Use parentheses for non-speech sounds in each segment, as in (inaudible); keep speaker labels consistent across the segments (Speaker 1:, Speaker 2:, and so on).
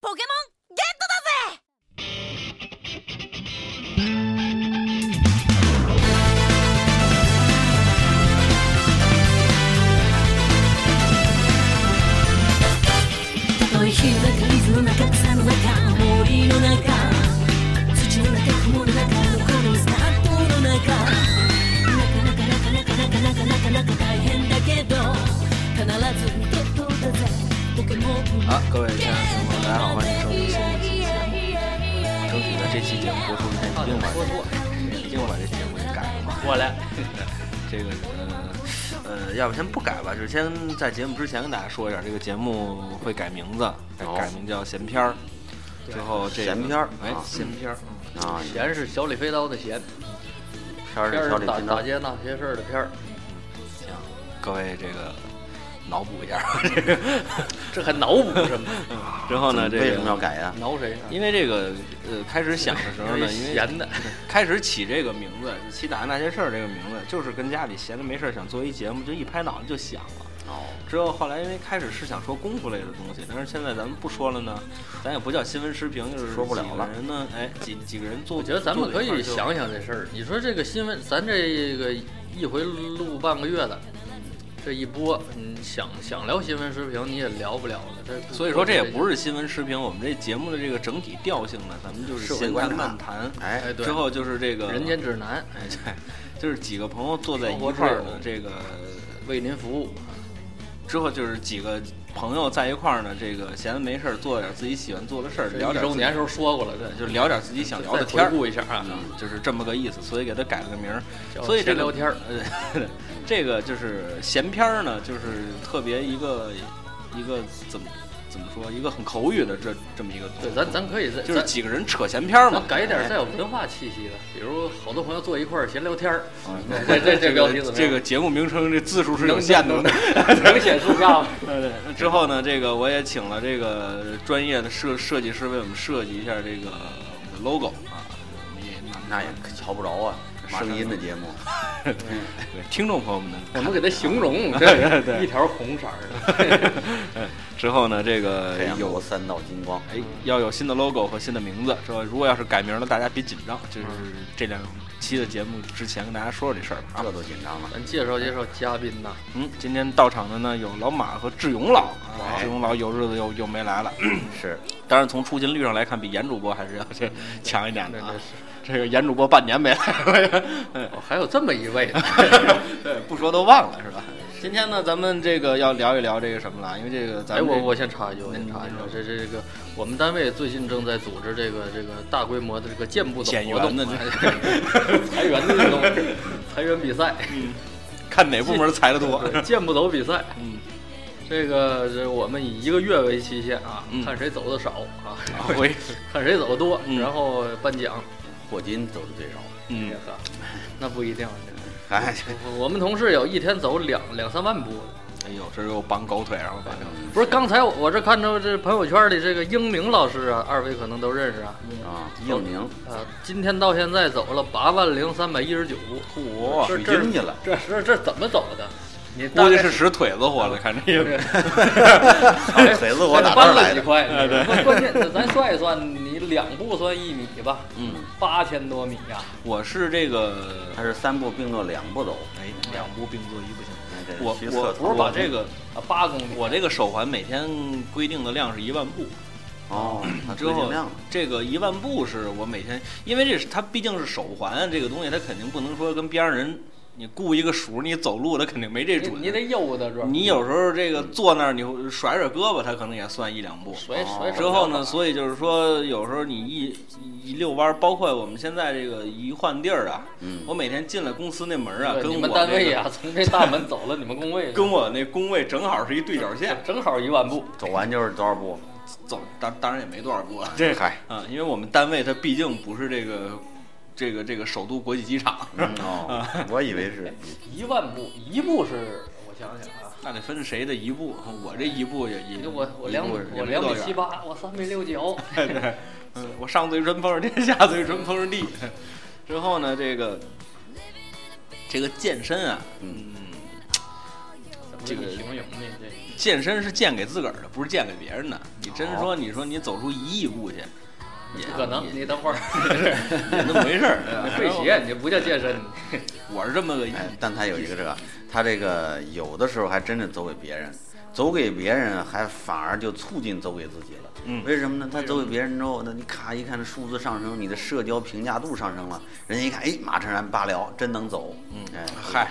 Speaker 1: ポケモンゲットだぜ
Speaker 2: たとえ火の中水の中草の中森の中土の中雲の中このスタートの中なかなかなかなかなかなかなかなか大変だけど必ずゲットだぜポケモン
Speaker 3: 好，各位亲爱的听众朋友，大家好，欢迎收听新一期节目。争取呢，呃这期节目播出之前一定把这一定把这节目给改了。
Speaker 4: 我来，
Speaker 3: 这个呃呃，要不先不改吧，就是先在节目之前跟大家说一下，这个节目会改名字，改名叫闲篇儿。最后这个
Speaker 5: 闲篇儿
Speaker 3: 哎
Speaker 5: 啊，
Speaker 3: 闲篇儿，
Speaker 5: 啊，
Speaker 4: 闲是小李飞刀的闲，
Speaker 5: 片儿
Speaker 4: 片
Speaker 5: 里
Speaker 4: 儿
Speaker 5: 小李
Speaker 4: 是打
Speaker 5: 频道
Speaker 4: 打街闹些事儿的片儿，
Speaker 3: 行，嗯各位这个呃脑补一下。这个
Speaker 4: 这还脑补什么？
Speaker 3: 之后呢，这个
Speaker 5: 为什么要改呀？
Speaker 4: 挠谁啊？
Speaker 3: 因为这个呃，开始想的时候呢，因为
Speaker 4: 闲的， (laughs)
Speaker 3: 开始起这个名字“七打那些事儿”这个名字，就是跟家里闲着没事儿想做一节目，就一拍脑袋就想了。
Speaker 5: 哦，
Speaker 3: 之后后来因为开始是想说功夫类的东西，但是现在咱们不说了呢，
Speaker 4: 嗯
Speaker 3: 咱也不叫新闻时评，就是
Speaker 5: 说不了
Speaker 3: 几个
Speaker 5: 了
Speaker 3: 人呢，哎，几几个人做，
Speaker 4: 我觉得咱们可
Speaker 3: 坐在
Speaker 4: 以
Speaker 3: 一块儿就
Speaker 4: 想想这事儿。你说这个新闻，咱这个一回录半个月的，这一播，你想想聊新闻时评，你也聊不了了。这
Speaker 3: 所以说这也不是新闻时评，我们这节目的这个整体调性呢，咱们就是
Speaker 5: 社会
Speaker 3: 闲
Speaker 5: 观
Speaker 3: 谈
Speaker 5: 察
Speaker 3: 漫谈，
Speaker 4: 哎
Speaker 5: 哎，
Speaker 4: 对
Speaker 3: 之后就是这个
Speaker 4: 人间指南，
Speaker 3: (laughs) 哎对，就是几个朋友坐在一
Speaker 4: 生活之
Speaker 3: 块儿呢
Speaker 4: 友，
Speaker 3: 这个
Speaker 4: 为您服务。
Speaker 3: 之后就是几个朋友在一块儿呢，这个闲着没事儿做点自己喜欢做的事儿，
Speaker 4: 这
Speaker 3: 聊
Speaker 4: 一
Speaker 3: 点
Speaker 4: 周
Speaker 3: 自己
Speaker 4: 年时候说过了，这
Speaker 3: 就聊点自己想聊的天
Speaker 4: 再
Speaker 3: 儿
Speaker 4: 回，顾一下啊，
Speaker 3: 嗯就是这么个意思，所以给他改了个名儿。
Speaker 4: 叫
Speaker 3: 所以这
Speaker 4: 闲
Speaker 3: 个
Speaker 4: 聊天儿，
Speaker 3: 呃，这个就是闲篇儿呢，就是特别一个一个怎么怎么说，一个很口语的这这么一个东西。
Speaker 4: 对，咱咱可以在
Speaker 3: 就是
Speaker 4: 咱
Speaker 3: 几个人扯闲篇儿嘛
Speaker 4: 咱， (laughs) 改一点带
Speaker 3: 哎。
Speaker 4: 有文化气息的，比如好多朋友坐一块儿闲聊天儿，
Speaker 3: 嗯
Speaker 4: 这这这
Speaker 3: (laughs) 这
Speaker 4: 标题怎
Speaker 3: 个
Speaker 4: 么样
Speaker 3: 这个节目名称这字数是有限 (laughs) 的。
Speaker 4: 能显出价吗？
Speaker 3: 对，之后呢，这个我也请了这个专业的设设计师为我们设计一下这个我们的 logo 啊，我们也
Speaker 5: 那也瞧不着啊，声音的节目，
Speaker 3: 对听众朋友们能
Speaker 4: (laughs) 我们给它形容，
Speaker 3: (laughs) 对
Speaker 4: 这
Speaker 3: 对
Speaker 4: 一条红色儿的， (laughs)
Speaker 3: 之后呢，这个
Speaker 5: 太阳
Speaker 3: 有
Speaker 5: 国三道金光，
Speaker 3: 哎要有新的 logo 和新的名字。之后如果要是改名了，大家别紧张，就是这两期的节目之前跟大家说说这事儿吧啊
Speaker 5: 这。都紧张了。
Speaker 4: 咱介绍介绍嘉宾呐，
Speaker 3: 嗯，今天到场的呢有老马和志勇老，啊，
Speaker 5: 哎
Speaker 3: 志勇老有日子又又没来了。
Speaker 5: 是，
Speaker 3: 当然从出勤率上来看，比严主播还是要这强一点的啊
Speaker 4: 那那是。
Speaker 3: 这个严主播半年没来 (laughs) 了，嗯
Speaker 4: 哦，还有这么一位呢，哎
Speaker 3: 对，不说都忘了是吧？今天呢，咱们这个要聊一聊这个什么了，因为这个咱
Speaker 4: 哎，
Speaker 3: 们这
Speaker 4: 我
Speaker 3: 个
Speaker 4: 我先插一句，我先插一句
Speaker 3: 嗯，
Speaker 4: 这这这个我们单位最近正在组织这个这个大规模的这个健步走
Speaker 3: 减
Speaker 4: 活
Speaker 3: 员
Speaker 4: 动
Speaker 3: 的，
Speaker 4: (laughs) 裁员的运动，裁员比赛，
Speaker 3: 看哪部门裁的多。
Speaker 4: 对健步走比赛。
Speaker 3: 嗯，
Speaker 4: 这个是我们以一个月为期限啊，
Speaker 3: 嗯
Speaker 4: 看谁走的少啊，
Speaker 3: 回
Speaker 4: 看谁走的多，
Speaker 3: 嗯
Speaker 4: 然后颁奖。
Speaker 5: 霍金走的最少，
Speaker 3: 嗯
Speaker 4: 也呵，那不一定。
Speaker 5: 哎，
Speaker 4: 我们同事有一天走两两三万步的，
Speaker 3: 哎呦，这又绑狗腿上了，反正
Speaker 4: 不是刚才我我这看着这朋友圈里这个英明老师啊，二位可能都认识啊，
Speaker 3: 嗯
Speaker 5: 啊，应明
Speaker 4: 啊，今天到现在走了八万零三百一十九步，
Speaker 3: 嚯
Speaker 4: 这
Speaker 5: 取
Speaker 4: 这
Speaker 5: 哦经去 (laughs) 了，
Speaker 4: 这这这怎么走的？你
Speaker 3: 估
Speaker 4: 大
Speaker 3: 计
Speaker 4: 概
Speaker 3: 是使腿子活了，看这个。 (laughs)
Speaker 4: 哎
Speaker 5: 腿啊子我打这
Speaker 4: 翻
Speaker 5: 儿
Speaker 4: 了
Speaker 5: 来
Speaker 4: 几
Speaker 5: 的，
Speaker 4: 块？
Speaker 3: 啊
Speaker 4: 关关键咱算一算，你两步算一米吧，
Speaker 3: 嗯，
Speaker 4: 八千多米啊呀、
Speaker 3: 我是这个，
Speaker 5: 他是三步并作两步走，
Speaker 3: 哎，两步并作一不行。
Speaker 5: 哎这
Speaker 3: 我
Speaker 5: 虚
Speaker 3: 我
Speaker 5: 测
Speaker 3: 不是把
Speaker 5: 把
Speaker 3: 这个，
Speaker 4: 啊，八公里。
Speaker 3: 我这个手环每天规定的量是一万步，
Speaker 5: (clears throat) 哦，他
Speaker 3: 之
Speaker 5: 最
Speaker 3: 后
Speaker 5: 尽量
Speaker 3: 这个一万步是我每天，因为这是它毕竟是手环啊这个东西，它肯定不能说跟边上人你雇一个数，你走路它肯定没这
Speaker 4: 你
Speaker 3: 准。
Speaker 4: 你得悠着着，
Speaker 3: 你有时候这个坐那儿，你会甩甩胳膊，它可能也算一两步。
Speaker 4: 甩甩
Speaker 5: 哦
Speaker 3: 之后呢，
Speaker 4: 以
Speaker 3: 所以就是说，有时候你一一遛弯儿，包括我们现在这个一换地儿啊，
Speaker 5: 嗯
Speaker 3: 我每天进了公司那门儿啊，跟
Speaker 4: 你
Speaker 3: 我
Speaker 4: 们单
Speaker 3: 这
Speaker 4: 位
Speaker 3: 个
Speaker 4: 呀、从这大门走了，你们工位
Speaker 3: 跟我那工位正好是一对角线，
Speaker 4: 正好一万步，
Speaker 5: 走完就是多少步？
Speaker 3: 走当当然也没多少步了
Speaker 5: 这嗨，
Speaker 3: 啊，因为我们单位它毕竟不是这个这个这个首都国际机
Speaker 5: (laughs)
Speaker 3: 场，
Speaker 5: 嗯哦，我以为 (laughs) 是
Speaker 4: 一万步，一步是我想想啊，
Speaker 3: 那得分谁的一步，我这一步也也
Speaker 4: 你哎我我两
Speaker 3: 一
Speaker 4: 米
Speaker 3: 步
Speaker 4: 我
Speaker 3: 也没
Speaker 4: 两
Speaker 3: 多
Speaker 4: 米
Speaker 3: 远
Speaker 4: 七八，我三米六九，
Speaker 3: 对，嗯，我上嘴唇碰着天， (laughs) 下嘴唇碰着地。之后呢，这个这个健身啊，
Speaker 5: 嗯
Speaker 3: (laughs) 这个
Speaker 4: 平泳呢这
Speaker 3: 健身是健给自个儿的，不是健给别人的。你真说你说你走出一亿步去，也
Speaker 4: 不可能，
Speaker 3: 也
Speaker 4: 你等
Speaker 3: (laughs)
Speaker 4: 会儿，
Speaker 3: 也那么回事儿。 (laughs) 对吧
Speaker 4: 你费鞋，你不叫健身，
Speaker 3: 我是这么个意
Speaker 5: 哎，但他有一个这个，他这个有的时候还真是走给别人，走给别人还反而就促进走给自己了。
Speaker 3: 嗯
Speaker 5: 为什么呢？他走给别人之后，那你咔一看这数字上升，你的社交评价度上升了，人家一看，哎，马成然八聊真能走，嗯，哎， (laughs)
Speaker 3: 嗨，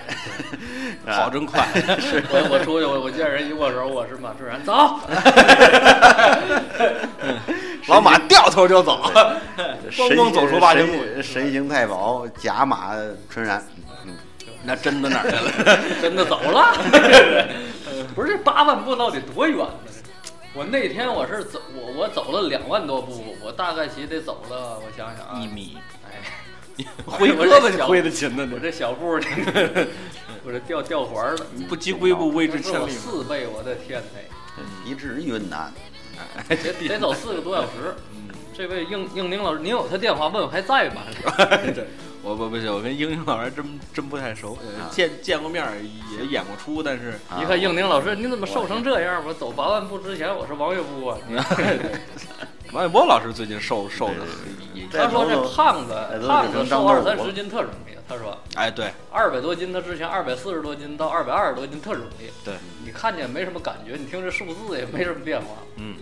Speaker 5: 哎
Speaker 3: 跑真
Speaker 5: (laughs)
Speaker 3: 快。
Speaker 4: 我我出去，我我见人一握手，我是马志然，走， (laughs)
Speaker 3: 老马掉头就走，
Speaker 5: 神
Speaker 3: (laughs) 咣咣走出八千步，
Speaker 5: 神神行太保，假马纯然，嗯，
Speaker 3: 那真的哪儿去了？
Speaker 4: 真的走了。 (laughs) 不是这八万步到底多远呢？我那天我是走，我我走了两万多步，我大概其得走了，我想想啊，
Speaker 3: (laughs) 一米，
Speaker 4: 哎，
Speaker 3: (laughs) 挥胳膊就挥的勤呢，
Speaker 4: 我
Speaker 3: 你
Speaker 4: 这小步儿，我这掉掉环儿了，
Speaker 3: 不积跬步谓之
Speaker 4: 这是
Speaker 3: 千
Speaker 4: 我
Speaker 3: 里 (laughs) 嘛。
Speaker 4: 四倍，我的天呐，
Speaker 5: 一至云南，
Speaker 4: 得得走四个多小时。这位应应宁老师，您有他电话？问问还在吗？
Speaker 3: 嗯我不不行，我跟英英老师真真不太熟，呃
Speaker 5: 啊
Speaker 3: 见见过面儿也演过出，但 (laughs) 是
Speaker 5: 啊
Speaker 4: 一看应宁老师，您怎么瘦成这样？我走八万步之前，我是王月步啊。
Speaker 3: 王玥波老师最近瘦瘦的
Speaker 5: 对
Speaker 3: 也，也
Speaker 5: 对
Speaker 4: 他说这胖
Speaker 5: 哎
Speaker 4: 子，
Speaker 5: 都
Speaker 4: 胖
Speaker 5: 都
Speaker 4: 子
Speaker 5: 是张
Speaker 4: 瘦
Speaker 5: 豆
Speaker 4: 二
Speaker 5: 腐
Speaker 4: 三十斤特容易。他说
Speaker 3: 哎对
Speaker 4: 二百多斤，他之前二百四十多斤到二百二十多斤特容易。
Speaker 3: 对，
Speaker 4: 你看见没什么感觉，你听这数字也没什么变化。
Speaker 3: 嗯，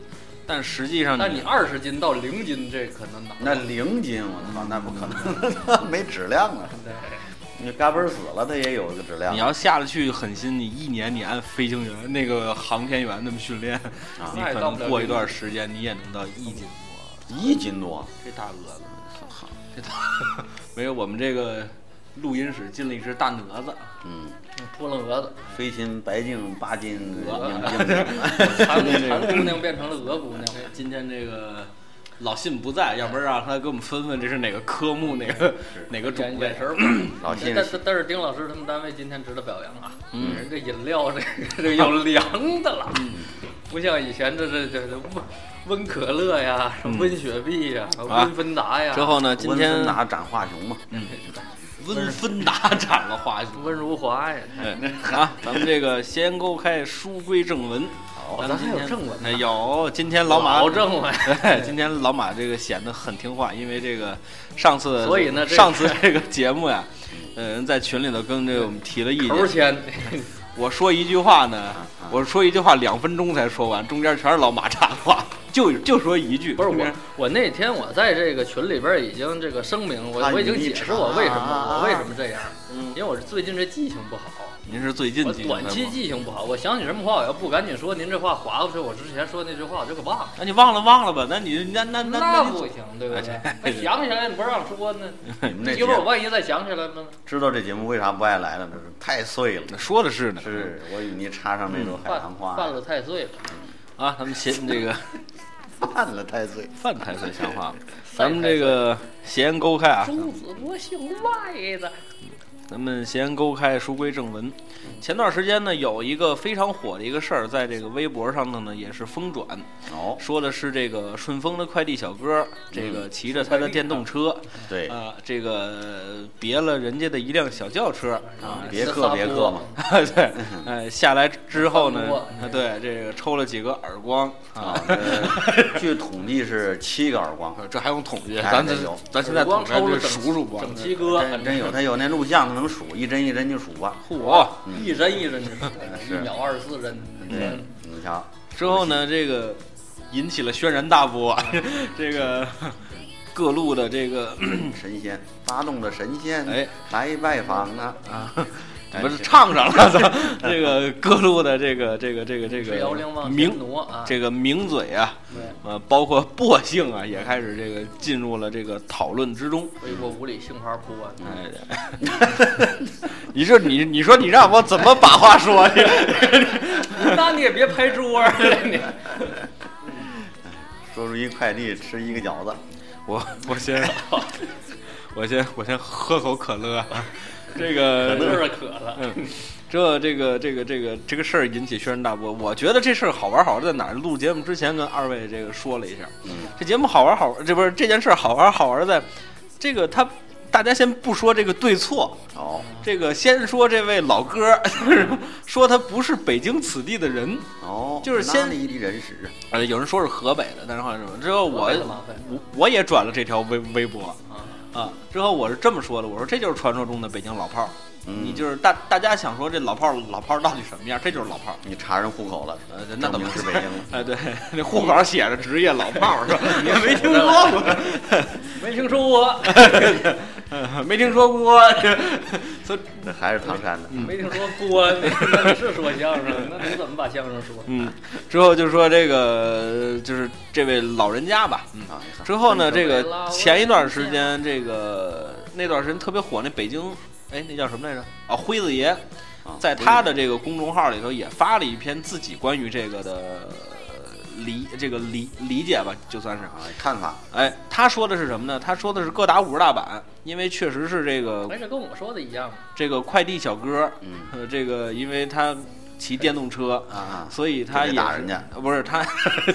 Speaker 3: 但实际上
Speaker 4: 但你二十斤到零斤，这可能难。
Speaker 5: 那零斤，我操，那不可能， (laughs) 没质量啊了，
Speaker 4: 对
Speaker 5: 你嘎嘣儿死了，他也有个质量
Speaker 4: 啊
Speaker 3: 你，要下得去狠心，你一年你按飞行员那个航天员那么训练， (laughs) 你
Speaker 4: 那也
Speaker 3: 可
Speaker 4: 到不了
Speaker 3: 能过一
Speaker 4: 零
Speaker 3: 段时间你也能到一斤。
Speaker 5: 一斤多，
Speaker 3: 这大蛾子，这大没有我们这个录音室进了一只大蛾子，
Speaker 5: 嗯。
Speaker 4: 扑棱蛾子，
Speaker 5: 飞禽白净八斤
Speaker 4: 鹅
Speaker 5: 娘娘
Speaker 3: (laughs)
Speaker 5: 娘
Speaker 4: 韩韩姑娘变成了鹅姑娘。
Speaker 3: 今天这个老信不在，要不然让他给我们分分这是哪个科目哪个哪个
Speaker 4: 眼
Speaker 3: 种类
Speaker 4: 眼。神儿不
Speaker 5: 老
Speaker 4: 但
Speaker 5: 信
Speaker 4: 但是但是丁老师他们单位今天值得表扬啊，人这饮料这个这个有凉的了，不像以前这这这这温温可乐呀、什么温雪碧呀、
Speaker 3: 啊
Speaker 4: 温芬达呀，
Speaker 3: 之后呢，今
Speaker 5: 温
Speaker 3: 天
Speaker 5: 森达斩华雄嘛，
Speaker 3: 温芬达斩了
Speaker 4: (laughs)
Speaker 3: 华雄。
Speaker 4: 温如华呀，
Speaker 3: 对 (laughs) 啊，咱们这个先勾开，书归正文。
Speaker 4: 好
Speaker 3: 咱
Speaker 4: 哦咱
Speaker 3: 们
Speaker 4: 还
Speaker 3: 今
Speaker 4: 有
Speaker 3: 天
Speaker 4: 正文呢
Speaker 3: 哎有，今天老马
Speaker 4: 老哎正文
Speaker 3: 对， (laughs) 今天老马这个显得很听话，因为这个上次，
Speaker 4: (laughs) 所以呢这
Speaker 3: 上次这个节目呀，嗯，在群里头跟这个我们提了意
Speaker 4: 头
Speaker 3: 见，
Speaker 4: 签，
Speaker 3: 我说一句话呢
Speaker 5: 啊，
Speaker 3: 我说一句话两分钟才说完，中间全是老马插话， (laughs) 就就说一句，
Speaker 4: 不是
Speaker 3: 中
Speaker 4: 我
Speaker 3: 间，
Speaker 4: 我那天我在这个群里边已经这个声明，我
Speaker 5: 啊
Speaker 4: 我已经
Speaker 5: 你
Speaker 4: 解释我为什么
Speaker 5: 啊
Speaker 4: 我为什么这样，
Speaker 3: 嗯
Speaker 4: 因为我是最近这记性不好。
Speaker 3: 您是最近
Speaker 4: 我
Speaker 3: 几
Speaker 4: 短
Speaker 3: 天
Speaker 4: 期
Speaker 3: 吗，
Speaker 4: 记性不好，我想起什么话，我要不赶紧说，您这话划过去，我之前说那句话我就给忘了。
Speaker 3: 那你忘了忘了吧，那你那那那
Speaker 4: 那
Speaker 3: 你
Speaker 4: 不行，对不对
Speaker 3: 哎？
Speaker 4: 那想起来你不让说呢，
Speaker 5: 你
Speaker 3: (laughs)
Speaker 5: 们这
Speaker 4: 一
Speaker 5: 节
Speaker 4: 会儿我
Speaker 5: 目
Speaker 4: 万一再想起来呢，
Speaker 5: 知道这节目为啥不爱来了？那是太碎了。
Speaker 3: 说的是呢，
Speaker 5: 是我与你插上那
Speaker 3: 嗯
Speaker 5: 朵海
Speaker 4: 犯
Speaker 5: 棠花，
Speaker 4: 犯了太岁了，
Speaker 3: 啊，咱们先这个。
Speaker 5: 犯了太碎。
Speaker 3: 饭台算像
Speaker 4: (laughs)
Speaker 3: 话吗？咱们这个闲言勾开啊，
Speaker 4: 钟子国姓外的，
Speaker 3: 咱们闲言勾开，书归正文。前段时间呢，有一个非常火的一个事儿，在这个微博上头呢也是疯转，
Speaker 5: 哦，
Speaker 3: 说的是这个顺丰的快递小哥，这个骑着他的电动车，
Speaker 5: 对，
Speaker 3: 啊，这个别了人家的一辆小轿车啊，
Speaker 5: 别克别克嘛，
Speaker 3: (laughs) 对，呃，下来之后呢
Speaker 4: 翻锅，
Speaker 3: 啊对，这个抽了几个耳光啊
Speaker 5: 啊，，
Speaker 3: (laughs)
Speaker 5: 呃据统计是七个耳光，
Speaker 3: 这还用统计？
Speaker 5: 哎
Speaker 3: 咱这
Speaker 5: 这有
Speaker 3: 咱现在
Speaker 4: 光
Speaker 3: 统计
Speaker 4: 抽了
Speaker 3: 这
Speaker 4: 整
Speaker 3: 数数吧，
Speaker 4: 整七哥，
Speaker 5: 真真有，他有那录像，他能数一针一针就数吧。
Speaker 3: 嚯！
Speaker 4: 一针一针，一
Speaker 5: 是嗯
Speaker 4: 秒二十四嗯针，
Speaker 3: 嗯
Speaker 5: 对，你瞧，
Speaker 3: 之后呢，这个引起了轩然大波，
Speaker 5: (laughs)
Speaker 3: 这个各路的这个
Speaker 5: 神仙发动的神仙
Speaker 3: 哎
Speaker 5: 来拜访呢，
Speaker 3: 啊，
Speaker 5: 哎
Speaker 3: 不是
Speaker 5: 这
Speaker 3: 唱上了，操
Speaker 5: (laughs)
Speaker 3: 这个各路的这个这个这个这
Speaker 4: 这幺零
Speaker 3: 个
Speaker 4: 往
Speaker 3: 名
Speaker 4: 前挪啊，
Speaker 3: 这个名嘴啊，
Speaker 4: 对，
Speaker 3: 呃，包括薄姓啊，也开始这个进入了这个讨论之中。
Speaker 4: 为国无理杏花哭啊，
Speaker 3: 哎， (laughs) 你说你你说你让我怎么把话说？
Speaker 5: (laughs)
Speaker 4: 那你也别拍桌儿了，你
Speaker 5: 说出一快递吃一个饺子，
Speaker 3: 我我先我先我先喝口可乐啊，这个
Speaker 4: 有点渴了。
Speaker 3: 嗯， (laughs) 这这个这个这个这个事儿引起轩然大波。我觉得这事儿好玩好玩在哪儿？录节目之前跟二位这个说了一下，
Speaker 5: 嗯
Speaker 3: 这节目好玩好玩，这不是这件事儿好玩好玩在，这个它大家先不说这个对错，
Speaker 5: 哦
Speaker 3: 这个先说这位老哥，就是 (laughs) 说他不是北京此地的人。
Speaker 5: 哦，
Speaker 3: 就是先
Speaker 5: 哪里一地人屎，
Speaker 3: 呃，有人说是河北的，但是后来说之后我
Speaker 4: 河北的麻烦
Speaker 3: 我我也转了这条微微博
Speaker 4: 啊
Speaker 3: 啊，之后我是这么说的，我说这就是传说中的北京老炮儿，
Speaker 5: 嗯
Speaker 3: 你就是大大家想说这老炮儿老炮儿到底什么样，这就是老炮儿。
Speaker 5: 你查人户口了，
Speaker 3: 呃，那怎么
Speaker 5: 证明
Speaker 3: (laughs)
Speaker 5: 是北京了？
Speaker 3: 哎，对，那户口上写着职业老炮儿
Speaker 5: (laughs)
Speaker 3: 是吧？你没听说过，
Speaker 4: 没听说过，
Speaker 3: 没听说过， (laughs) 所以
Speaker 5: 那还是唐山的，
Speaker 3: 嗯
Speaker 4: 没听说
Speaker 5: (laughs)
Speaker 4: 过，那你是说相声，那你怎么把相声说？
Speaker 3: 嗯，之后就说这个就是这位老人家吧，嗯。
Speaker 5: 啊，你看
Speaker 3: 之后呢，这
Speaker 4: 北
Speaker 3: 个
Speaker 4: 拉我
Speaker 3: 前一段时间，这个那段时间特别火，那北京，哎，那叫什么来着？啊，辉子爷，
Speaker 5: 啊
Speaker 3: 在他的这个公众号里头也发了一篇自己关于这个的呃理这个理理解吧，就算是。
Speaker 5: 啊看法，
Speaker 3: 哎，他说的是什么呢？他说的是各打五十大板，因为确实是这个
Speaker 4: 哎，这跟我说的一样嘛。
Speaker 3: 这个快递小哥，
Speaker 5: 嗯
Speaker 3: 呃，这个因为他骑电动车， (laughs)
Speaker 5: 啊，
Speaker 3: 所以他
Speaker 5: 就
Speaker 3: 也
Speaker 5: 得打人家
Speaker 3: 是呃不是他， (laughs)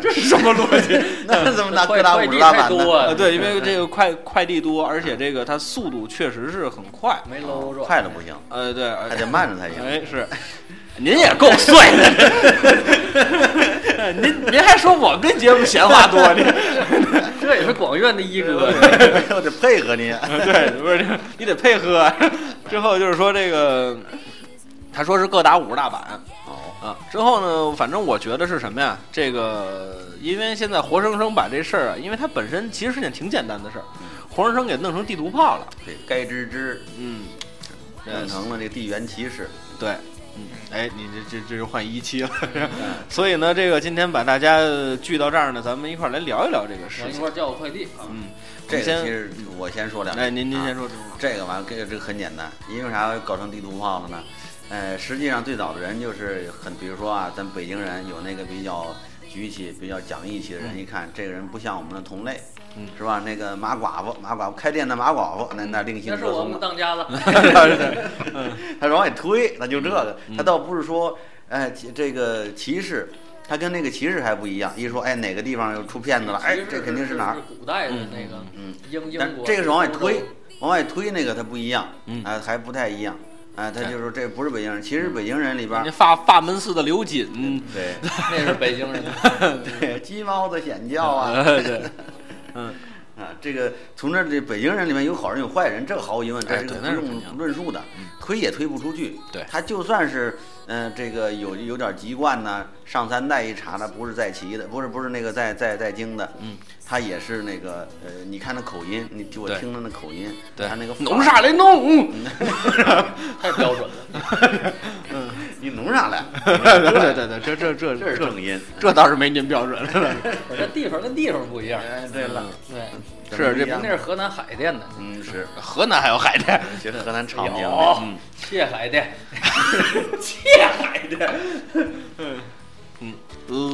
Speaker 3: 这是什么逻
Speaker 5: (laughs)
Speaker 3: 辑？
Speaker 5: 那怎么拿
Speaker 4: 快
Speaker 5: 各打
Speaker 4: 快
Speaker 5: 五
Speaker 4: 递
Speaker 5: 十大
Speaker 4: 太
Speaker 5: 板
Speaker 4: 多
Speaker 5: 呢？啊
Speaker 4: 了，
Speaker 3: 呃， (laughs) 对，因为这个快快递多，而且这个它速度确实是很快。
Speaker 4: 没搂住。
Speaker 5: 快了不行，
Speaker 3: 呃，对，
Speaker 5: 还得慢着才行。
Speaker 3: 哎，是， (laughs) 您也够碎的， (laughs) 您您还说我们这节目闲话 (laughs) 多呢？
Speaker 4: 这也是广院的一哥，
Speaker 5: (laughs) 我得配合
Speaker 3: (laughs)
Speaker 5: 你。
Speaker 3: 对，不是这你得配合。啊之后就是说这个，他说是各打五十大板
Speaker 5: 哦，
Speaker 3: 啊。之后呢，反正我觉得是什么呀？这个因为现在活生生把这事儿啊，因为它本身其实是件挺简单的事儿，活生生给弄成地图炮了。
Speaker 5: 对，该知之，
Speaker 3: 嗯，
Speaker 5: 变成了这地缘歧视。
Speaker 3: 对，嗯，哎，你这这这又换一期了。所以呢，这个今天把大家聚到这儿呢，咱们一块儿来聊一聊这个
Speaker 4: 我
Speaker 3: 事
Speaker 4: 一
Speaker 3: 情
Speaker 4: 会。儿叫我快递啊。
Speaker 3: 嗯，
Speaker 5: 这
Speaker 3: 我们
Speaker 5: 个其
Speaker 3: 先，
Speaker 5: 实我先说两句。
Speaker 3: 哎，您您
Speaker 5: 啊
Speaker 3: 先说。
Speaker 5: 这个完，这个这个很简单，因为啥搞成地图炮了呢？呃，实际上最早的人就是很，比如说啊，咱北京人有那个比较举起、比较讲义气的
Speaker 4: 嗯
Speaker 5: 人，一看这个人不像我们的同类，
Speaker 3: 嗯
Speaker 5: 是吧？那个马寡妇，马寡妇开店的马寡妇，那那另
Speaker 4: 那
Speaker 5: 行
Speaker 4: 是
Speaker 5: 说
Speaker 4: 我
Speaker 5: 从
Speaker 4: 们
Speaker 5: 了。
Speaker 4: 当家
Speaker 5: 嗯
Speaker 4: 的，
Speaker 5: (laughs) 他往外推，那就这个
Speaker 3: 嗯。
Speaker 5: 他倒不是说，哎，其这个歧视，他跟那个歧视还不一样。一说，哎，哪个地方又出骗子了，哎
Speaker 4: 其实，
Speaker 5: 这肯定
Speaker 4: 是
Speaker 5: 哪儿？
Speaker 4: 古代的那个
Speaker 5: 嗯
Speaker 4: 英
Speaker 5: 但
Speaker 4: 英国，
Speaker 5: 这个是往外推，往外推那个它不一样，
Speaker 3: 嗯
Speaker 5: 啊，还不太一样，啊，他就是这不是北京人，其实北京人里边
Speaker 3: 您
Speaker 5: 儿，
Speaker 3: 法法门寺的刘瑾，嗯
Speaker 5: 对
Speaker 4: (laughs) 那是北京人。
Speaker 5: (laughs) 对，鸡毛的显教啊，
Speaker 3: (laughs) 呃 (laughs) 对，嗯，
Speaker 5: 啊，这个从这儿这北京人里面有好人有坏人，这个毫无疑问，这
Speaker 3: 哎
Speaker 5: 是个
Speaker 3: 对
Speaker 5: 不
Speaker 3: 那是
Speaker 5: 用
Speaker 3: 肯定
Speaker 5: 论述的，推也推不出去。
Speaker 3: 嗯对
Speaker 5: 他就算是嗯、呃这个有有点籍贯呢，上三代一查呢，不是在齐的，不是不是那个在在在京的，
Speaker 3: 嗯，
Speaker 5: 他也是那个呃，你看那口音，你就我
Speaker 3: 对
Speaker 5: 听了那口音，
Speaker 3: 对
Speaker 5: 他那个范儿
Speaker 3: 弄啥来弄？
Speaker 5: 嗯
Speaker 4: 太标准了，
Speaker 5: 你弄
Speaker 3: (laughs)
Speaker 5: 啥来？
Speaker 3: 对对对对，这这这
Speaker 5: 这
Speaker 3: 这
Speaker 5: 是正音。
Speaker 3: 这倒是没您标准 (laughs) 了。
Speaker 4: 我嗯这地方跟地方不一样。
Speaker 5: 哎，对了，
Speaker 4: 对，
Speaker 3: 是这
Speaker 5: 不
Speaker 4: 您
Speaker 5: 一
Speaker 4: 那
Speaker 5: 样
Speaker 4: 是河南海淀的，
Speaker 5: 嗯是，
Speaker 3: 河南还有海 (laughs) 淀，哎
Speaker 5: 其实河南昌平的，
Speaker 4: 有切哦海
Speaker 5: (laughs)
Speaker 4: 淀，
Speaker 3: 切海淀。嗯嗯，